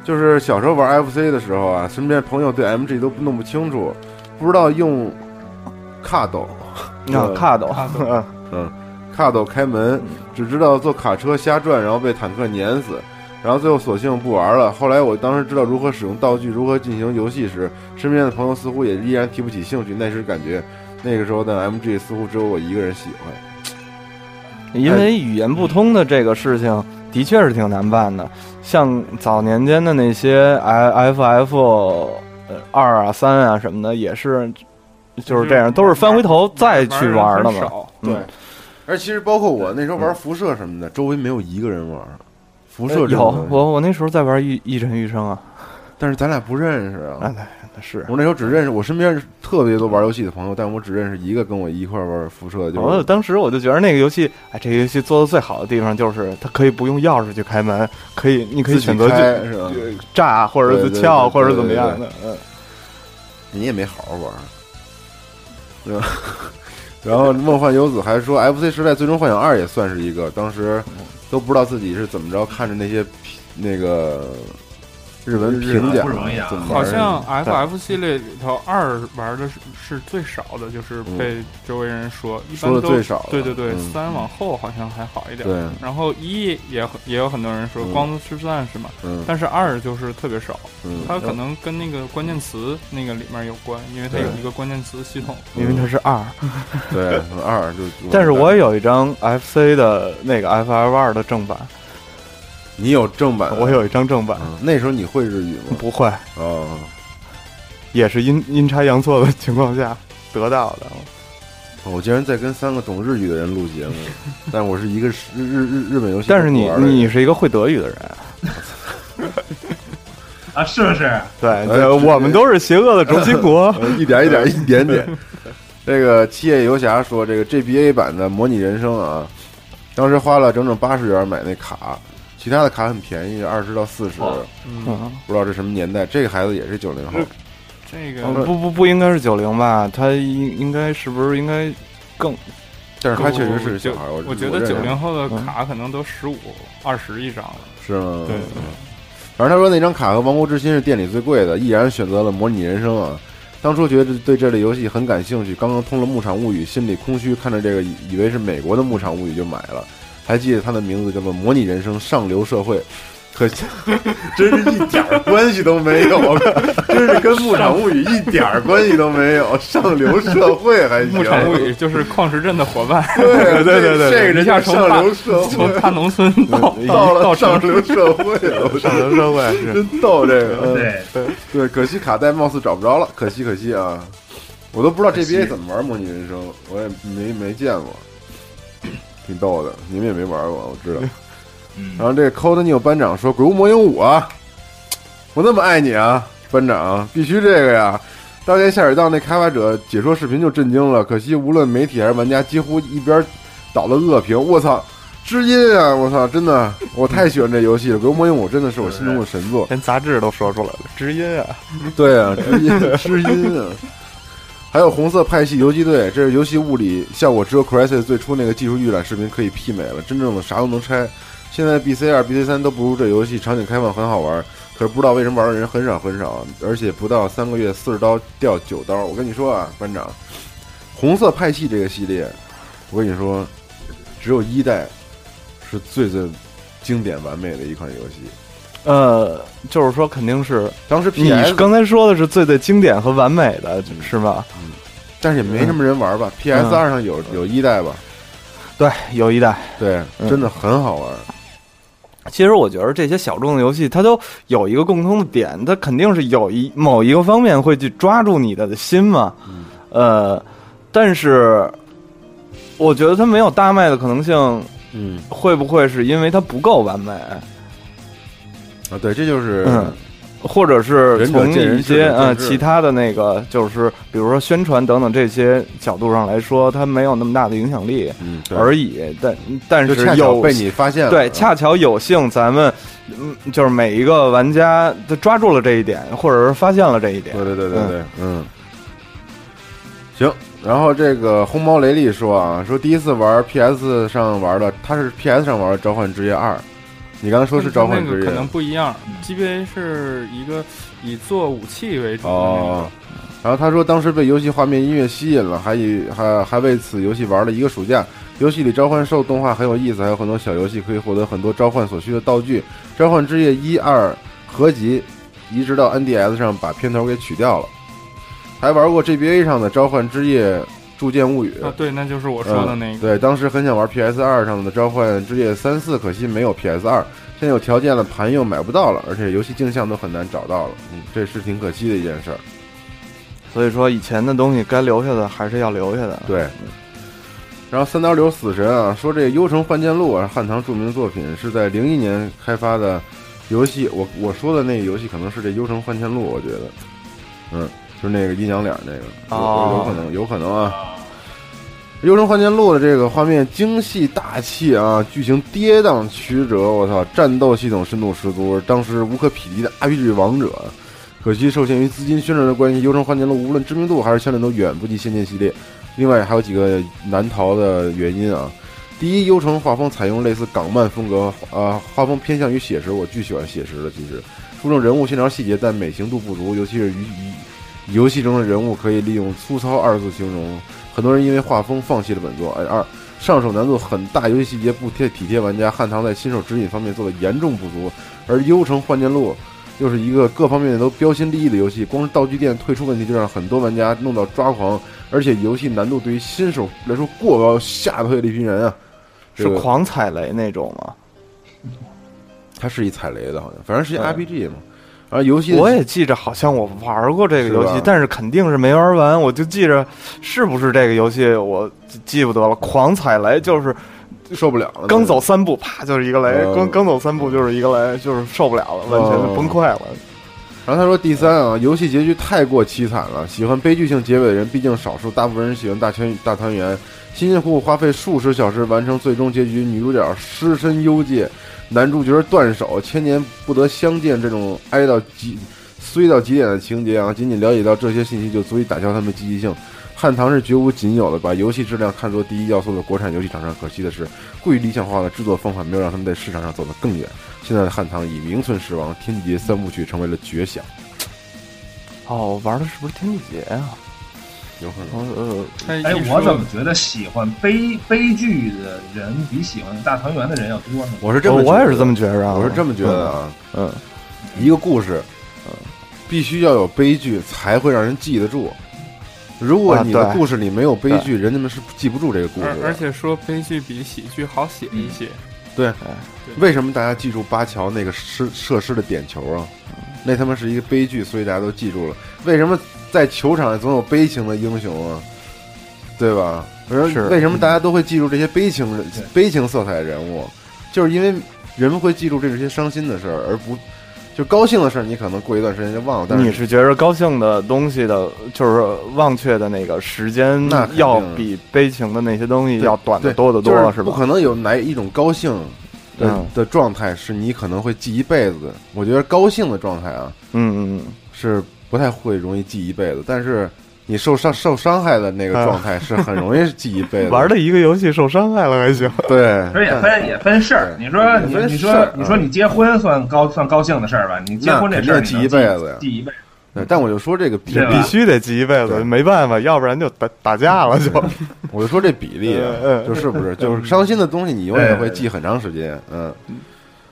B: 就是小时候玩 FC 的时候啊，身边朋友对 MG 都弄不清楚，不知道用卡斗，
C: 啊，
B: 对
C: 卡斗，
G: 卡斗
C: 嗯
B: 卡斗开门，只知道坐卡车瞎转，然后被坦克碾死，然后最后索性不玩了。后来我当时知道如何使用道具，如何进行游戏时，身边的朋友似乎也依然提不起兴趣。那时感觉，那个时候的 MG 似乎只有我一个人喜欢。
C: 因为语言不通的这个事情的确是挺难办的。像早年间的那些 F F 呃二啊三啊什么的，也是就是这样，都是翻回头再去玩的
G: 人很
C: 嘛。
G: 少
C: 对
B: 嗯，而其实包括我那时候玩辐射什么的，周围没有一个人玩。辐射这
C: 有
B: 种东西，
C: 我我那时候在玩一一尘余生啊，
B: 但是咱俩不认识
C: 那
B: 啊。
C: 那那是。
B: 我那时候只认识我身边特别多玩游戏的朋友，但我只认识一个跟我一块玩辐射的，就是
C: 我当时我就觉得那个游戏，哎，这个游戏做的最好的地方就是它可以不用钥匙去开门，可以你可以
B: 自己
C: 选择
B: 开
C: 去
B: 是吧？
C: 炸，或者是撬，或者是怎么样的。嗯，
B: 你也没好好玩儿，对吧？ <laughs> 然后梦幻游子还说，FC 时代《最终幻想二》也算是一个，当时都不知道自己是怎么着，看着那些评那个日文评价
D: 不容易啊
B: 怎么玩
G: 好
B: 儿
G: 像 FF 系列里头二玩的是是最少的，就是被周围人说，一般
B: 嗯说的
G: 都
B: 最少了
G: 对对对，
B: 嗯
G: 三往后好像还好一点。
B: 对，
G: 然后一也很也有很多人说
B: 嗯
G: 光之之战是嘛，
B: 嗯
G: 但是二就是特别少，
B: 嗯，
G: 它可能跟那个关键词那个里面有关，因为它有一个关键词系统。
C: 因为它是二，
B: 对 <laughs> 二就，
C: 但是我也有一张 FC 的那个 FF 二的正版，
B: 你有正版的，
C: 我有一张正版，
B: 嗯那时候你会日语吗？
C: 不会，
B: 哦，
C: 也是阴阴差阳错的情况下得到的。
B: 我竟然在跟三个懂日语的人录节 <laughs> 目，但我是一个日日日日本游戏
C: 但
B: 都
C: 是
B: 不
C: 你
B: 玩的人，
C: 你是一个会德语的人，
D: 啊，是不是？
C: 对，对我们都是邪恶的轴心国。
B: 呃一点一点一点 <laughs> 点。这个七夜游侠说，这个 GBA 版的《模拟人生》啊，当时花了整整八十元买那卡，其他的卡很便宜，二十到四十，
D: 哦
B: 不
G: 嗯，
C: 嗯，
B: 知道这什么年代。这个孩子也是九零后，
G: 这个
C: 不不不应该是九零吧？他应应该是不是应该更
B: 但是他确实是
G: 就
B: 小孩儿。
G: 我
B: 我
G: 觉
B: 我
G: 得
B: 认识嗯
G: 九零后的卡可能都十五、二十一张了。
B: 是吗？
G: 对对
B: 反正他说那张卡和《王国之心》是店里最贵的，毅然选择了《模拟人生》啊。当初觉得对这类游戏很感兴趣，刚刚通了《牧场物语》，心里空虚，看着这个以以为是美国的《牧场物语》就买了。还记得它的名字叫做《模拟人生：上流社会》，可 <laughs> 真是一点儿关系都没有，啊 <laughs> 真是跟《牧场物语》一点儿关系都没有。上流社会还行，
G: 牧场
B: <laughs>
G: 物语就是矿石镇的伙伴，
B: 对
C: 对对对
G: <laughs>
B: 这个人
G: 一下
B: 叫
G: 从
B: 上
G: 大
B: 流
G: <laughs>
B: 社会
G: 从大农村到
B: 到了
G: 嗯到城
B: 上
G: 市
B: 流社会了，
C: 上流社会啊是
B: 真逗这个。嗯
D: 对，
B: 对，可惜卡带貌似找不着了，可惜可惜啊！我都不知道 GBA 怎么玩模拟人生，我也没没见过，挺逗的。你们也没玩过，我知道。
D: 嗯
B: 然后这个 Cold New 班长说：“鬼屋魔影五啊，我那么爱你啊，班长，必须这个呀！”当年下水道那开发者解说视频就震惊了，可惜无论媒体还是玩家，几乎一边倒了恶评。我操，知音啊！我操，真的，我太喜欢这游戏了。《鬼屋魔影五》真的是我心中的神作。
C: 连杂志都说出来了，知音啊，
B: 对啊，知音知音啊。还有红色派系游击队，这是游戏物理效果只有 Crysis 最初那个技术预览视频可以媲美了，真正的啥都能拆。现在 BC 二、BC 三都不如这游戏，场景开放很好玩，可是不知道为什么玩的人很少很少，而且不到三个月四十刀掉九刀。我跟你说啊，班长，红色派系这个系列，我跟你说，只有一代是最最经典完美的一款游戏。
C: 呃，就是说肯定是
B: 当时
C: 你
B: PS
C: 刚才说的是最最经典和完美的，是吧？
B: 但是也没什么人玩
C: 嗯
B: 吧？PS 二上有有一代吧？
C: 对，有一代。
B: 对，
C: 嗯
B: 真的很好玩。
C: 其实我觉得这些小众的游戏，它都有一个共通的点，它肯定是有一某一个方面会去抓住你的心嘛。
B: 嗯
C: 呃，但是我觉得它没有大卖的可能性，
B: 嗯
C: 会不会是因为它不够完美，
B: 啊，对，这就是
C: 嗯或者是
B: 仁者
C: 从
B: 见仁
C: 一
B: 智者
C: 些
B: 见
C: 呃
B: 智
C: 其他的那个，就是比如说宣传等等这些角度上来说，它没有那么大的影响力
B: 嗯，对
C: 而已。但但
B: 就是恰巧
C: 有
B: 被你发现了，嗯
C: 对，恰巧有幸咱们，嗯，就是每一个玩家都抓住了这一点，或者是发现了这一点
B: 对。对对对对，嗯。行，然后这个红毛雷利说啊，说第一次玩 PS 上玩的，他是 PS 上玩的《召唤之夜二》，你刚才说是《召
G: 那
B: 唤之
G: 个
B: 夜
G: 可》能不一样，GBA 是一个以做武器为主的那
B: 哦
G: 个，。
B: 然后他说，当时被游戏画面、音乐吸引了，还以还还为此游戏玩了一个暑假。游戏里召唤兽动画很有意思，还有很多小游戏可以获得很多召唤所需的道具。《召唤之夜》一二合集移植到 NDS 上，把片头给取掉了。还玩过 GBA 上的《召唤之夜：铸剑物语》
G: 啊，对，那就是我说的那
B: 嗯
G: 个。
B: 对，当时很想玩 PS 二上的《召唤之夜三四》，可惜没有 PS 二。现在有条件了，盘又买不到了，而且游戏镜像都很难找到了，嗯，这是挺可惜的一件事儿。
C: 所以说，以前的东西该留下的还是要留下的。
B: 对。然后三刀流死神啊，说这《幽城幻剑录》啊，汉唐著名作品是在零一年开发的游戏。我我说的那个游戏可能是这《幽城幻剑录》，我觉得，嗯，就是那个阴阳脸那个，有有有可能，有可能啊。《幽城幻剑录》的这个画面精细大气啊，剧情跌宕曲折，我操，战斗系统深度十足，当时无可匹敌的 RPG 王者。可惜受限于资金宣传的关系，《幽城幻剑录》无论知名度还是销量都远不及《仙剑》系列。另外还有几个难逃的原因啊。第一，《幽城》画风采用类似港漫风格，呃，画风偏向于写实，我巨喜欢写实的，其实注重人物线条细节，但美型度不足，尤其是于于游戏中的人物可以利用粗糙二字形容，很多人因为画风放弃了本作。哎，二上手难度很大，游戏细节不贴体贴玩家，汉唐在新手指引方面做的严重不足，而《幽城幻剑录》又是一个各方面都标新立异的游戏，光是道具店退出问题就让很多玩家弄到抓狂，而且游戏难度对于新手来说过高，吓退了一批人啊。
C: 是
B: 这个
C: 狂踩雷那种吗？
B: 它是一踩雷的，好像，反正是一
C: 对
B: RPG 嘛。然后游戏
C: 我也记着，好像我玩过这个游
B: 是
C: 戏
B: 吧，
C: 但是肯定是没玩完。我就记着是不是这个游戏，我记记不得了。狂踩雷就是
B: 啊受不了了，
C: 刚走三步，啪就是一个雷；
B: 嗯
C: 刚刚走三步就是一个雷，就是受不了了，完全
B: 哦
C: 就崩溃了。
B: 然后他说第三啊，游戏结局太过凄惨了，喜欢悲剧性结尾的人毕竟少数，大部分人喜欢大圈大团圆，辛辛苦苦花费数十小时完成最终结局，女主角失身幽界，男主角断手，千年不得相见，这种哀到极衰到极点的情节啊，仅仅了解到这些信息就足以打消他们积极性。汉唐是绝无仅有的把游戏质量看作第一要素的国产游戏厂商，可惜的是，过于理想化的制作方法没有让他们在市场上走得更远。现在的汉唐已名存实亡，《天劫三部曲》成为了绝响。
C: 哦，我玩的是不是天地劫啊？
B: 有可能。
C: 呃，
G: 他一
D: 哎，
G: 说
D: 我怎么觉得喜欢悲悲剧的人比喜欢大团圆的人要多呢？
B: 哦我是这
C: 呃
B: 么觉得，
C: 我也是这么觉着啊，
B: 我是这么觉得啊，
C: 嗯，嗯，
B: 一个故事，必须要有悲剧才会让人记得住。如果
C: 啊
B: 你的
C: 对
B: 故事里没有悲剧，人家们是记不住这个故事
G: 而而
B: 的。
G: 且说悲剧比喜剧好写一些，
B: 为什么大家记住巴乔那个失射失的点球啊？那他妈是一个悲剧，所以大家都记住了。为什么在球场上总有悲情的英雄啊？对吧？而
C: 是嗯
B: 为什么大家都会记住这些悲情人
D: 对
B: 悲情色彩的人物？就是因为人们会记住这些伤心的事儿，而不就高兴的事儿，你可能过一段时间就忘了。但是
C: 你是觉着高兴的东西的，就是忘却的那个时间
B: 那肯定
C: 要比悲情的那些东西
B: 对
C: 要短
B: 对
C: 得多得多，
B: 就是
C: 是
B: 不
C: 吧？
B: 可能有哪一种高兴的、
C: 嗯
B: 的状态是你可能会记一辈子的。我觉得高兴的状态啊
C: 嗯嗯
B: 是不太会容易记一辈子，但是你受伤受伤害的那个状态是很容易记一辈子。
C: 嗯，玩的一个游戏受伤害了还行，
B: 对，
D: 所以也分也分事儿，
B: 对
D: 你说
B: 也
D: 你
B: 分
D: 你
B: 事儿
D: 说你说你结婚算高算高兴的事儿吧？你结婚这事儿
B: 那肯定记一辈子呀
D: 你能记一辈子。
B: 对但我就说这个比啊
D: 对吧
C: 必须得记一辈子，
B: 对
C: 没办法，要不然就打打架了就。
B: 我就说这比例啊
C: 嗯嗯
B: 就是不是就是伤心的东西，你永远会记很长时间。嗯，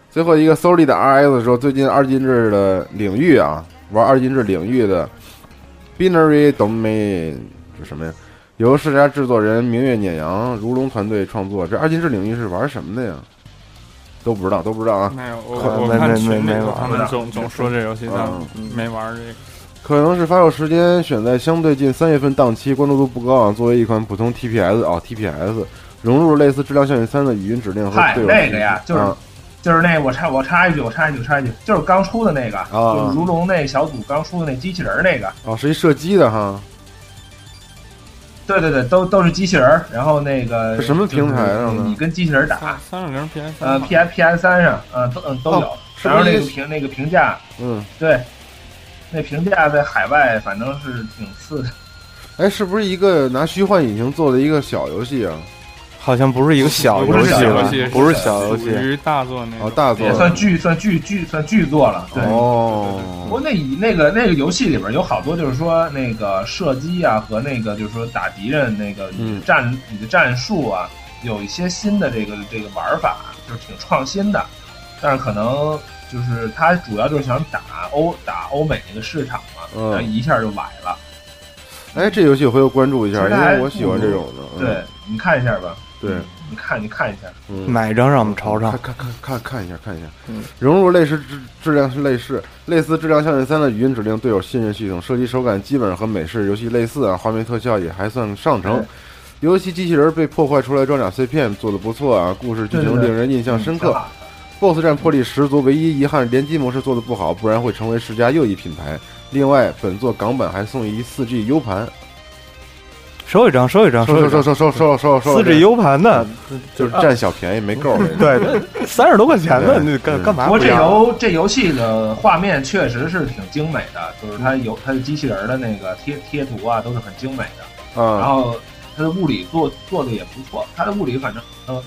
B: 最后一个 Soli 的 RS 说，最近二进制的领域啊，玩二进制领域的 Binary Domain 这什么呀？由世家制作人明月碾阳、如龙团队创作。这二进制领域是玩什么的呀？都不知道，都不知道啊。
G: 没有，
C: 可
G: 我我
C: 没
G: 看
C: 没
G: 群里
C: 没没
G: 头
C: 玩
G: 他们总总说这游戏，但
B: 嗯
G: 没玩这个。
B: 可能是发售时间选在相对近三月份档期，关注度不高啊。作为一款普通 TPS 啊、TPS，融入类似《质量效应三》的语音指令和
D: 嗨，
B: 队友
D: 那
B: 提
D: 个
B: 示
D: 呀，就是
B: 啊
D: 就是那我插我插一句，我插一句，我插一句，就是刚出的那个，
B: 啊
D: 就是如龙那小组刚出的那机器人儿那个，
B: 哦，是一射击的哈，
D: 对对对，都都是机器人儿，然后那个
B: 是什么平台上呢
D: 就是你跟机器人儿
G: 三
D: 打，
G: 三六零 PS
D: 呃，P S P S 三上，呃，都嗯都有
B: 哦，是不
D: 然后那
B: 是一
D: 个评那个评价，
B: 嗯，
D: 对，那评价在海外反正是挺次的，
B: 哎，是不是一个拿虚幻引擎做的一个小游戏啊？
C: 好像不是一个小
G: 不
C: 游
G: 是
C: 戏
G: 小游
C: 了
G: 戏，
C: 不是小游
G: 属
C: 戏，
G: 于大作那
B: 哦，
G: 种。
B: 大作
D: 哎也算剧算剧剧算剧作了，对。不过
B: 哦，
D: 那以那个那个游戏里边有好多就是说那个射击啊和那个就是说打敌人那个你
B: 嗯
D: 的战、你的战术啊，有一些新的这个这个玩法，就是挺创新的。但是可能就是它主要就是想打欧打欧美那个市场嘛，
B: 嗯
D: 然后一下就崴了。
B: 哎，这游戏我回头关注一下，
D: 其实
B: 因
D: 还
B: 为我喜欢这种的。嗯
D: 对，你看一下吧，
B: 对，
D: 你看你看一下，
B: 嗯，
C: 买一张让我们尝尝
B: 看。看看看看一下看一下
C: 嗯，
B: 融入类似质质量是类似类似质量效应三的语音指令队友信任系统，射击手感基本上和美式游戏类似啊，画面特效也还算上乘
D: 对。
B: 游戏机器人被破坏出来装甲碎片做的不错啊，故事剧
D: 对对
B: 情
D: 对嗯
B: 令人印象深刻
D: 挺。好
B: BOSS 战魄力十足，唯一遗憾联机模式做的不好，不然会成为世嘉又一品牌。另外，本作港版还送一 4G U 盘，
C: 收一张，收一张，
B: 收
C: 收
B: 收
C: 啊一张。
B: 收收收收收，
C: 四 G U 盘的，
B: 就是占小便宜没够。
C: 对，对，三十多块钱的，
B: 对
C: 你干干嘛
D: 不
C: 不
D: 过
C: 要？
D: 这游这游戏的画面确实是挺精美的，就是它有它的机器人儿的那个贴贴图啊，都是很精美的。然
B: 啊，
D: 后它的物理做做的也不错，它的物理反正呃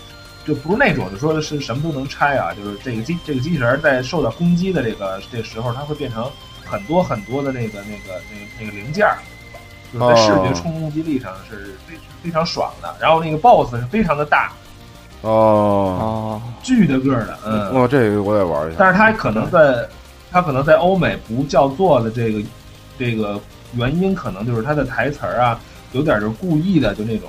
D: 就不是那种就说是什么都能拆啊，就是这个机这个机器人在受到攻击的这个这个时候，它会变成很多很多的那个那个那个那个零件儿，就是在视觉冲击力上是非非常爽的。然后那个 BOSS 是非常的大，
B: 哦，
C: 哦，
D: 巨大个儿的，嗯，
B: 哇，这个我得玩一下。
D: 但是它可能在它可能在欧美不叫座的这个这个原因，可能就是它的台词儿啊，有点儿就是故意的，就那种。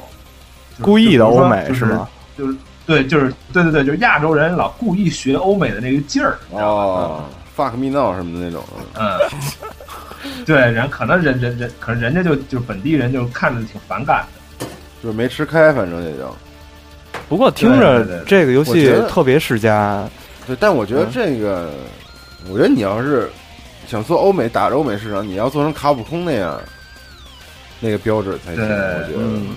D: 就是
C: 故意的欧美
D: 就是比如说就是
C: 吗？
D: 对，就是对对对，就是亚洲人老故意学欧美的那个劲儿，你知道吧？
B: 哦，fuck me now 什么的那种，
D: 嗯，对，然后可能人人人，可能人家就就是本地人就看着挺反感的，
B: 就是没吃开，反正也就。
C: 不过听
D: 对对
C: 着
D: 对
C: 这个游
B: 我觉
C: 戏
B: 得
C: 特别世家，
B: 对，但我觉得这个，我觉得你要是想做欧美打着欧美市场，你要做成卡普空那样，那个标准才行。
D: 对
B: 我觉得，
C: 嗯，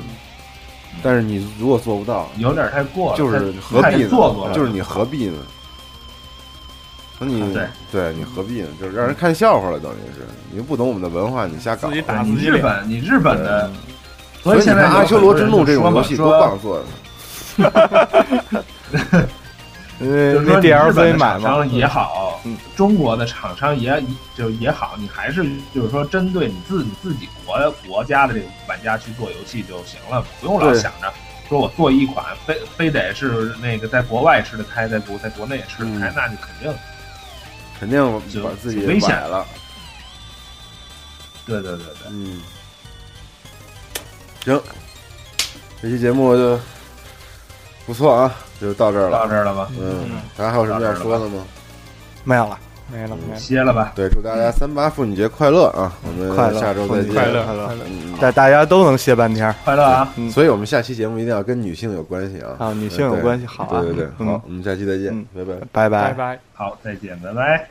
B: 但是你如果做不到，
D: 有点太过了，
B: 就是
D: 太
B: 何必
D: 太
B: 呢？
D: 做作了，啊
B: 就是你何必呢？那你
D: 对
B: 你何必呢？就是让人看笑话了，等于是你又不懂我们的文化，你瞎搞
G: 自。己打
D: 对
G: 自
D: 你
G: 己
D: 日
G: 脸，
D: 本，你日本的，
B: 所以你
D: 现
B: 看
D: 在
B: 《阿修罗之怒》这种游戏多棒做的，
C: 那
D: 就是说
C: 那
D: 你日本
B: <laughs>
C: DLC
D: 的
C: 买
D: 厂
C: 吗
D: 商？也好，
C: 嗯
D: 中国的厂商也就也好，你还是就是说针对你自你自己国国家的这个玩家去做游戏就行了，不用老
B: 对
D: 想着说我做一款非非得是那个在国外吃得开，在国在国内也吃得开，
B: 嗯
D: 那就肯定
B: 肯定
D: 就
B: 把自己
D: 危险
B: 崴了。
D: 对对对对。
B: 嗯，行，这期节目就不错啊，就到这儿
D: 到
B: 了。
D: 这儿了吧，
B: 嗯，大家还有什么要说的吗？
C: 没有了，没了，没了。
D: 歇了吧，
B: 对，祝大家三八妇女节快乐啊！我们
C: 快乐
B: 下周再见。
G: 快乐
C: 快乐
G: 快乐。
B: 嗯，
C: 大大家都能歇半天儿
D: 快乐啊！
C: 嗯
B: 所以我们下期节目一定要跟女性有关系啊。
C: 啊，女性有
B: 对
C: 关系好啊，
B: 对对对，
C: 嗯
B: 好，，我们下期再见
C: 嗯，
B: 拜拜。
C: 拜拜
G: 拜。拜。
D: 好，再见，拜拜。